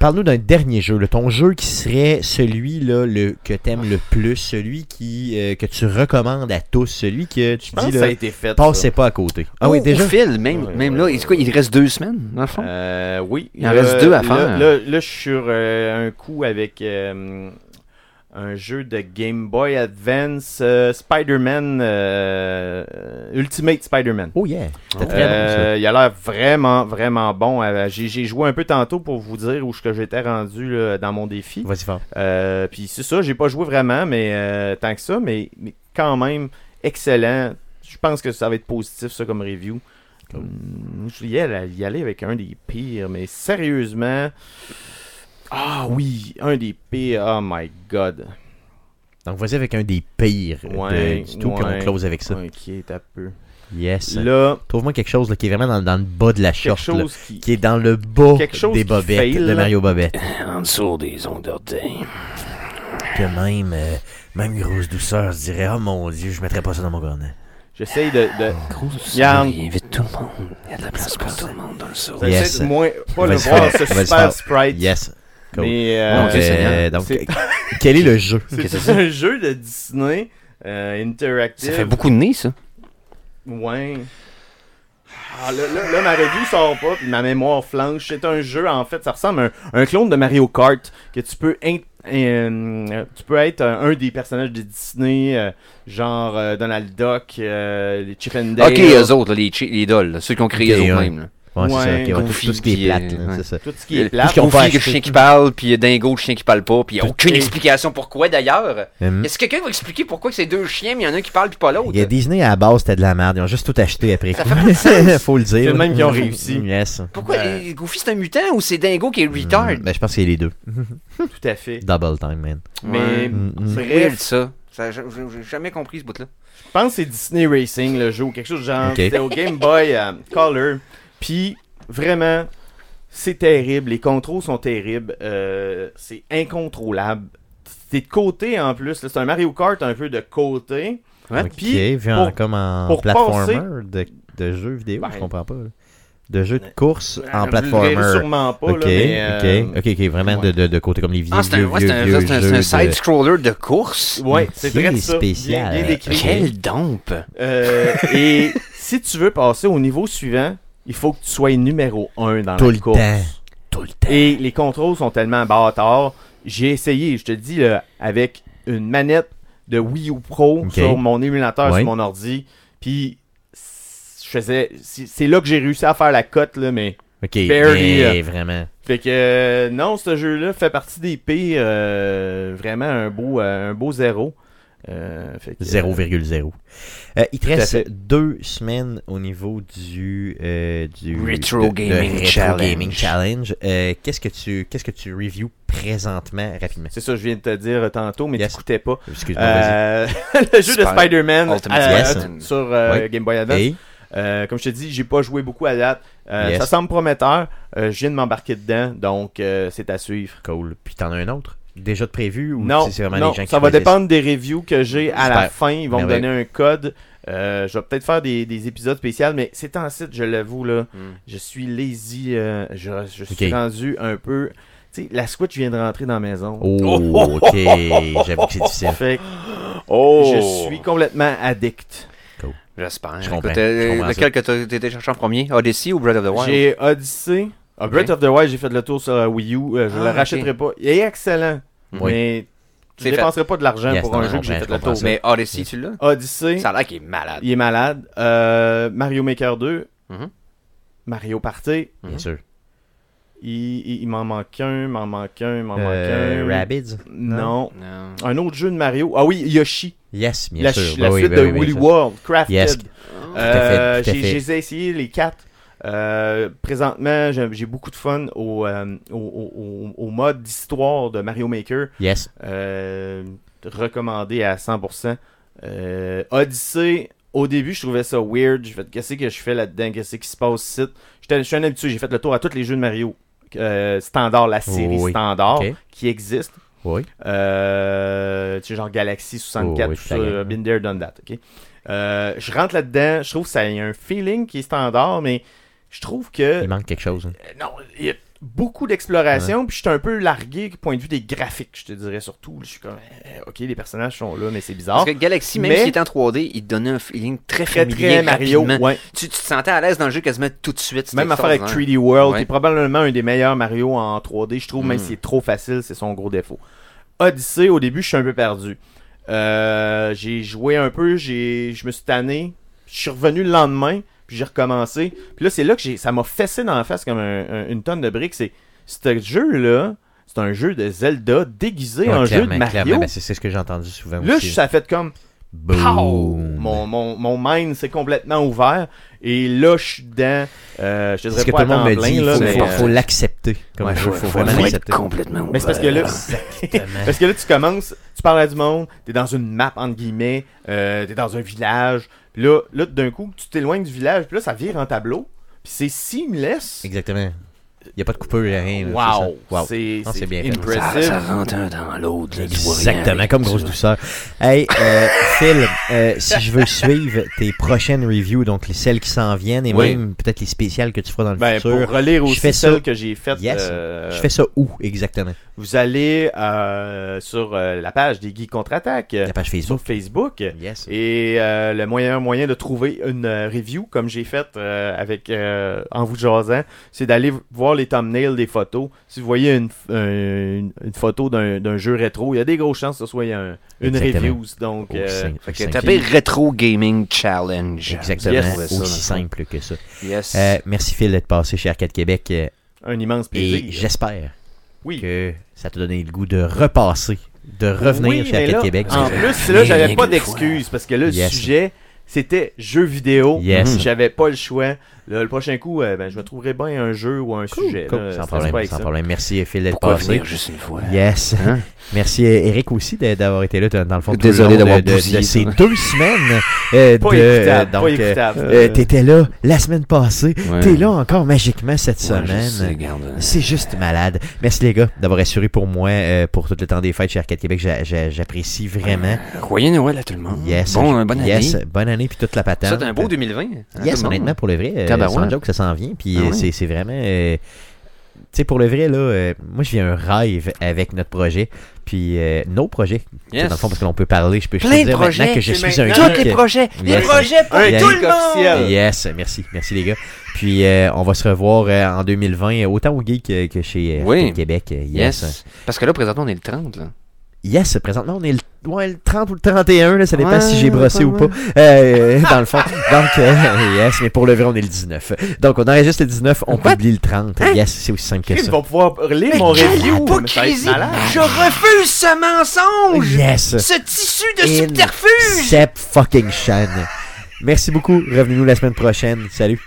Parle-nous d'un dernier jeu, là. ton jeu qui serait celui là, le, que t'aimes le plus, celui qui, euh, que tu recommandes à tous, celui que tu
Je pense
dis,
que ça a
là,
été fait. ça. Oh,
passez pas à côté. Ah oui,
Au-
déjà?
au fil, même,
Ouais,
même
ouais,
là.
ouais,
il- c'est quoi, il reste deux semaines, dans le fond.
Euh, oui.
Il en
Là,
reste deux à
là-
faire.
Là, là, je suis sur euh, un coup avec euh, un jeu de Game Boy Advance euh, Spider-Man euh, Ultimate Spider-Man.
Oh yeah, c'était très bon ça.
Euh, il a l'air vraiment, vraiment bon. Euh, J'ai j'ai joué un peu tantôt pour vous dire où ce que j'étais rendu là, dans mon défi.
Vas-y fort.
Euh, Puis c'est ça, j'ai pas joué vraiment, mais euh, tant que ça, mais, mais quand même excellent. Je pense que ça va être positif ça comme review.
Cool.
Hum, je voulais aller- y aller avec un des pires, mais sérieusement. Ah oui, un des pires. Oh my god.
Donc vas-y avec un des pires euh, de-
Ouais,
du tout, puis
ouais.
on close avec ça.
Ok, t'as peu.
Yes.
Là,
Trouve-moi quelque chose là, qui est vraiment dans, dans le bas de la
quelque
shorte, là.
chose qui.
qui est dans le bas
Quelque chose
des
qui
bobettes,
fail,
de
là.
Mario Bobette.
En dessous des ondes d'orteil.
Que même, euh, même grosse douceur se dirait Oh mon dieu, je mettrais pas ça dans mon cornet.
J'essaye de. de...
Il
Yann.
invite tout le monde. Il y a de la place pour tout le monde dans le saut.
Ah, Yes.
j'essaie de moins. Pas le
Vas-y,
voir,
Fred.
ce
Vas-y,
super
Fred.
sprite.
Yes. Cool.
Mais. euh,
Mon Dieu,
Euh,
Seigneur.
donc,
c'est-
quel est le jeu
C'est
Qu'est-ce que
un jeu de Disney euh, interactif.
Ça fait beaucoup de nez, ça.
Ouais. Ah, là, là, là, ma revue sort pas, puis ma mémoire flanche. C'est un jeu, en fait, ça ressemble à un, un clone de Mario Kart que tu peux in- euh, tu peux être un, un des personnages de Disney, euh, genre euh, Donald Duck, euh, les Chip and Dale,
Ok, eux autres, là, les, chi- les dolls, là, ceux qui ont créé
Ok,
eux autres
ouais.
mêmes. là.
Ouais,
Ouais,
c'est ça, ok, ouais, tout,
Goofy
tout ce qui
qui
est
est-
plate, là,
ouais.
c'est ça.
tout ce qui est
Là,
plat.
qu'on va
Goofy, le
acheter.
chien qui parle, puis euh, Dingo, le chien qui parle pas, puis y a aucune
Et-
explication pourquoi d'ailleurs.
Hum.
Est-ce que quelqu'un va expliquer pourquoi que c'est deux chiens, mais il y en a un qui parle puis pas l'autre
Il y a Disney à la base, c'était de la merde. Ils ont juste tout acheté après. Faut le dire. Hum,
C'est le même qui ont réussi.
Yes.
Pourquoi
Ben-
euh, Goofy c'est un mutant ou c'est Dingo qui est retard
Ben, je pense qu'il y a les deux.
Tout à fait.
Double time, man.
Mais
Mm, mm.
c'est
Ben,
bref,
weird ça. ça j'ai- J'ai jamais compris ce bout-là.
Je pense que c'est Disney Racing, le jeu, ou quelque chose de genre.
Ok.
C'était au Game Boy euh, Color. Puis, vraiment, c'est terrible. Les contrôles sont terribles. Euh, c'est incontrôlable. C'est de côté en plus. là. C'est un Mario Kart un peu de côté.
Ouais.
Ok,
Puis,
vu en-
pour-
comme en
pour
platformer
passer-
de, de jeux vidéo,
Ben,
je comprends pas. là. De jeux de course en
Je
platformer.
le verrai sûrement pas. là,
ok,
mais, euh,
ok, ok, ok, vraiment de, de, de côté comme les vieux,
Ah, c'est un,
vieux,
ouais, c'est un,
vieux,
c'est un-
vieux
c'est un
jeux de-
side-scroller de course.
Ouais, c'est
C'est
très ça.
spécial.
Bien, bien décrit.
Quel dompe!
Euh, et si tu veux passer au niveau suivant, il faut que tu sois numéro 1 dans
Tout
la
le
course.
temps. Tout le temps.
Et les contrôles sont tellement bâtards. J'ai essayé, je te le dis, là, avec une manette de Wii U Pro
Ok.
sur mon émulateur,
Ouais.
sur mon ordi. Puis, c- je faisais. C'est c'est là que j'ai réussi à faire la cote, là, mais.
Ok,
Barely,
yeah, vraiment.
Fait que, euh, non, ce jeu-là fait partie des pires. euh, vraiment un beau, euh, un beau zéro. Euh, fait que-
0,0. Euh, il te
à
reste
fait.
deux semaines au niveau du, euh, du
Retro Gaming
Retro
Challenge.
Gaming Challenge. Euh, qu'est-ce que tu qu'est-ce que tu reviews présentement rapidement
C'est ça, je viens de te dire euh, tantôt, mais
Yes.
t'écoutais pas.
Excuse-moi, vas-y.
Euh, le jeu de
Spider-
Spider-Man
Ultimate
euh,
Yes.
sur euh,
Ouais.
Game Boy Advance.
Et?
Euh, comme je te dis, j'ai pas joué beaucoup à date. Euh,
Yes.
Ça semble prometteur. Euh, je viens de m'embarquer dedans, donc euh, c'est à suivre.
Cool. Puis t'en as un autre déjà de prévu ou
non,
c'est- c'est vraiment
non,
les gens qui
ça va
choisissent?
dépendre des reviews que j'ai à la
Super. Ben
fin. Ils vont me
Merveilleux.
donner un code. Euh, je vais peut-être faire des, des épisodes spéciaux, mais c'est en site, je l'avoue, là. Je suis lazy. euh, je, je suis
Ok.
rendu un peu. Tu sais, la Switch vient de rentrer dans la maison.
Oh, ok. J'avoue que c'est difficile.
Fait que
Oh!
je suis complètement addict.
Cool.
J'espère.
Je comprends,
Écoute, euh,
je comprends
lequel que t'as- t'étais cherché en premier Odyssey ou Breath of the Wild
J'ai Odyssey. Ah, Breath
Ok.
of the Wild, j'ai fait le tour sur la Wii U. euh, je
Ah,
le
ok.
rachèterai pas. Il est excellent.
Oui.
Mais je
C'est fait.
dépenserai pas de l'argent
Yes,
pour
non,
un
non,
jeu que
je
j'ai fait le
comprends
tour.
ça.
Mais Odyssey, tu l'as
Odyssey,
Ça a l'air qu'il est malade.
il est malade. Euh, Mario Maker 2,
Mhm.
Mario Party,
Bien
Mhm.
sûr.
il, il- il m'en manque un, m'en manque un, m'en
Euh,
manque un.
Rabbids.
Non.
Non. Un autre jeu de Mario. Ah oui, Yoshi.
Yes, bien
la
sûr.
ch- la
Ben oui,
suite
ben
de
oui, ben
Willy
oui.
World, Crafted.
Yes.
Euh,
Tout à fait, tout à
j'ai-
fait.
J'ai essayé les quatre. Euh, présentement, j'ai j'ai beaucoup de fun au, euh, au, au- au- au mode d'histoire de Mario Maker.
Yes.
Euh, recommandé à 100%. Euh, Odyssey, au début, je trouvais ça weird. Je fait, qu'est-ce que je fais là-dedans? Qu'est-ce qui se passe ici? J'étais- Je suis un habitué, j'ai fait le tour à tous les jeux de Mario. euh, standard, la série
Oui.
standard
Ok.
qui existe.
Oui.
Euh, tu sais, genre Galaxy 64,
Oh, oui,
tout
je la
ça,
gagne.
euh, been there, done that, ok? Euh, je rentre là-dedans, je trouve que ça a un feeling qui est standard, mais je trouve que...
Il manque quelque chose. hein.
Euh, Non, il y a beaucoup d'exploration, puis je suis un peu largué du point de vue des graphiques, je te dirais surtout. Je suis comme, euh, ok, les personnages sont là, mais c'est bizarre.
Parce que Galaxy, même
Mais-
s'il était en 3D, il te donnait un feeling très
Très,
familier.
très Mario,
rapidement.
ouais.
Tu, tu te sentais à l'aise dans le jeu quasiment tout de suite. c'était
Même affaire avec
extraordinaire.
3D World,
Ouais.
qui est probablement un des meilleurs Mario en 3D, je trouve, même
Hmm.
Mm.
s'il est trop facile, c'est son gros défaut. Odyssey, au début, je suis un peu perdu. Euh, j'ai joué un peu, j'ai, je me suis tanné, je suis revenu le lendemain, puis j'ai recommencé. Puis là, c'est là que j'ai, ça m'a fessé dans la face comme un- un- une tonne de briques. C'est, ce jeu-là, c'est un jeu de Zelda déguisé
Ouais,
en jeu de
clairement, clairement,
Mario.
ben, c'est c'est ce que j'ai entendu souvent
Là,
aussi.
je- ça a fait comme, Pow!
Boom.
Mon, mon, mon mind s'est complètement ouvert. Et là, je suis dedans. Euh,
C'est
je te
ce
dirais
que
pas
tout le monde
à
me
temps plein,
dit, il
là,
faut,
mais,
faut-
euh,
faut l'accepter. Comme
Ouais,
jeu,
faut,
faut, vraiment
faut être
l'accepter.
complètement
Mais c'est parce que là,
Exactement.
parce que là, tu commences, tu parles à du monde, t'es dans une map, entre guillemets, euh, t'es dans un village. Puis là, là d'un coup, tu t'éloignes du village, puis là, ça vire en tableau. Puis c'est seamless.
Exactement. Il n'y a pas de coupure, il n'y a rien. là,
Wow!
c'est ça. Wow.
C'est
Non, c'est bien fait.
impressive.
rentre un dans l'autre. là, tu vois rien
Exactement,
avec
comme
ça.
grosse douceur. Hey, euh, Phil, euh, si je veux suivre tes prochaines reviews, donc les- celles qui s'en viennent et
Oui.
même peut-être les spéciales que tu feras dans le
Ben,
futur,
pour relire
Je
aussi
fais ça.
celle que j'ai faite,
Yes.
euh,
je fais ça où exactement
vous allez euh, sur euh, la page des Geeks Contre-Attaque, euh,
La page Facebook.
sur Facebook.
Yes.
Et euh, le moyen moyen de trouver une euh, review, comme j'ai fait euh, avec euh, en vous jasant, c'est d'aller v- voir les thumbnails des photos. Si vous voyez une, f- un- une, photo d'un d'un jeu rétro, il y a des grosses chances que ce soit un- une
Exactement. Oh,
review. Donc,
Aussi
euh,
simple
Fait
que
que
ça.
tapez Retro Gaming Challenge.
Exactement,
Yes.
aussi simple que ça.
Yes.
Euh, merci Phil d'être passé chez Arcade Québec euh,
un immense plaisir.
et j'espère
Oui.
que ça t'a donné le goût de repasser, de revenir
Oui,
chez
mais
Arcade
là,
Québec.
En
parce que-
plus, là, j'avais
Rien
pas
qu'une
d'excuses parce que là,
Yes.
le sujet, c'était jeux vidéo.
Yes.
Mhm. J'avais pas le choix. Là, le prochain coup, euh, ben, je me trouverais bien un jeu ou un
Cool,
sujet.
cool,
là.
sans
Stresse
problème,
pas avec
sans
ça.
problème. Merci Phil d'être
Pourquoi
passé.
venir juste une fois
Yes.
Hein?
Merci euh, Eric aussi d'a- d'avoir été là t- dans le fond. tout le
Désolé
long de-
d'avoir
de, de
bousillé
ces
ça.
deux semaines. euh,
Pas
de- euh,
écoutable.
donc,
pas
euh,
écoutable.
euh, t'étais là la semaine passée.
Ouais.
T'es là encore magiquement cette
Ouais, je sais,
semaine.
garde.
C'est juste malade. Merci les gars d'avoir assuré pour moi euh, pour tout le temps des fêtes chez Arcade Québec. J'a- j'a- J'apprécie vraiment.
Joyeux Noël à tout le monde.
Ah, Yes.
Bon, euh, bonne année.
Yes, bonne année puis toute la patente. Euh,
Ça, c'est un beau 2020. hein, tout
Yes,
le monde.
honnêtement, pour le vrai, euh,
Tabarouette.
sans joke, ça s'en vient. Puis
Ah
euh,
ouais.
c'est- c'est vraiment... euh, tu sais, pour le vrai, là, euh, moi, je vis un rêve avec notre projet. Puis euh, nos projets. Tu sais,
Yes.
Dans le fond, parce que l'on peut parler. Je peux, je peux
Plein de
dire
projets,
maintenant que je
c'est
suis un
maintenant.
geek.
Tous les projets. Les
Yes.
projets pour
Un
tout le
geek
monde.
officiel.
Yes, merci. Merci, les gars. Puis euh, on va se revoir euh, en 2020, euh, autant au geek euh, que chez euh,
Oui.
Arcade Québec. euh, Yes. yes.
Yes. Parce que là, présentement, on est le 30. Là.
présentement, on est le, ouais, le 30 ou le 31. Là, ça dépend
Ouais,
si j'ai brossé ou
ouais,
pas. euh, dans le fond. Donc, euh, yes, mais pour le vrai, on est le 19. Donc, on enregistre le 19, on publie le 30.
Hein?
Yes, c'est aussi simple que
Chris
ça.
va pouvoir lire mon review. mais ça va être malade.
Je refuse ce mensonge.
Yes.
tissu
In Sep fucking Shan. Merci beaucoup. Revenez-nous la semaine prochaine. Salut.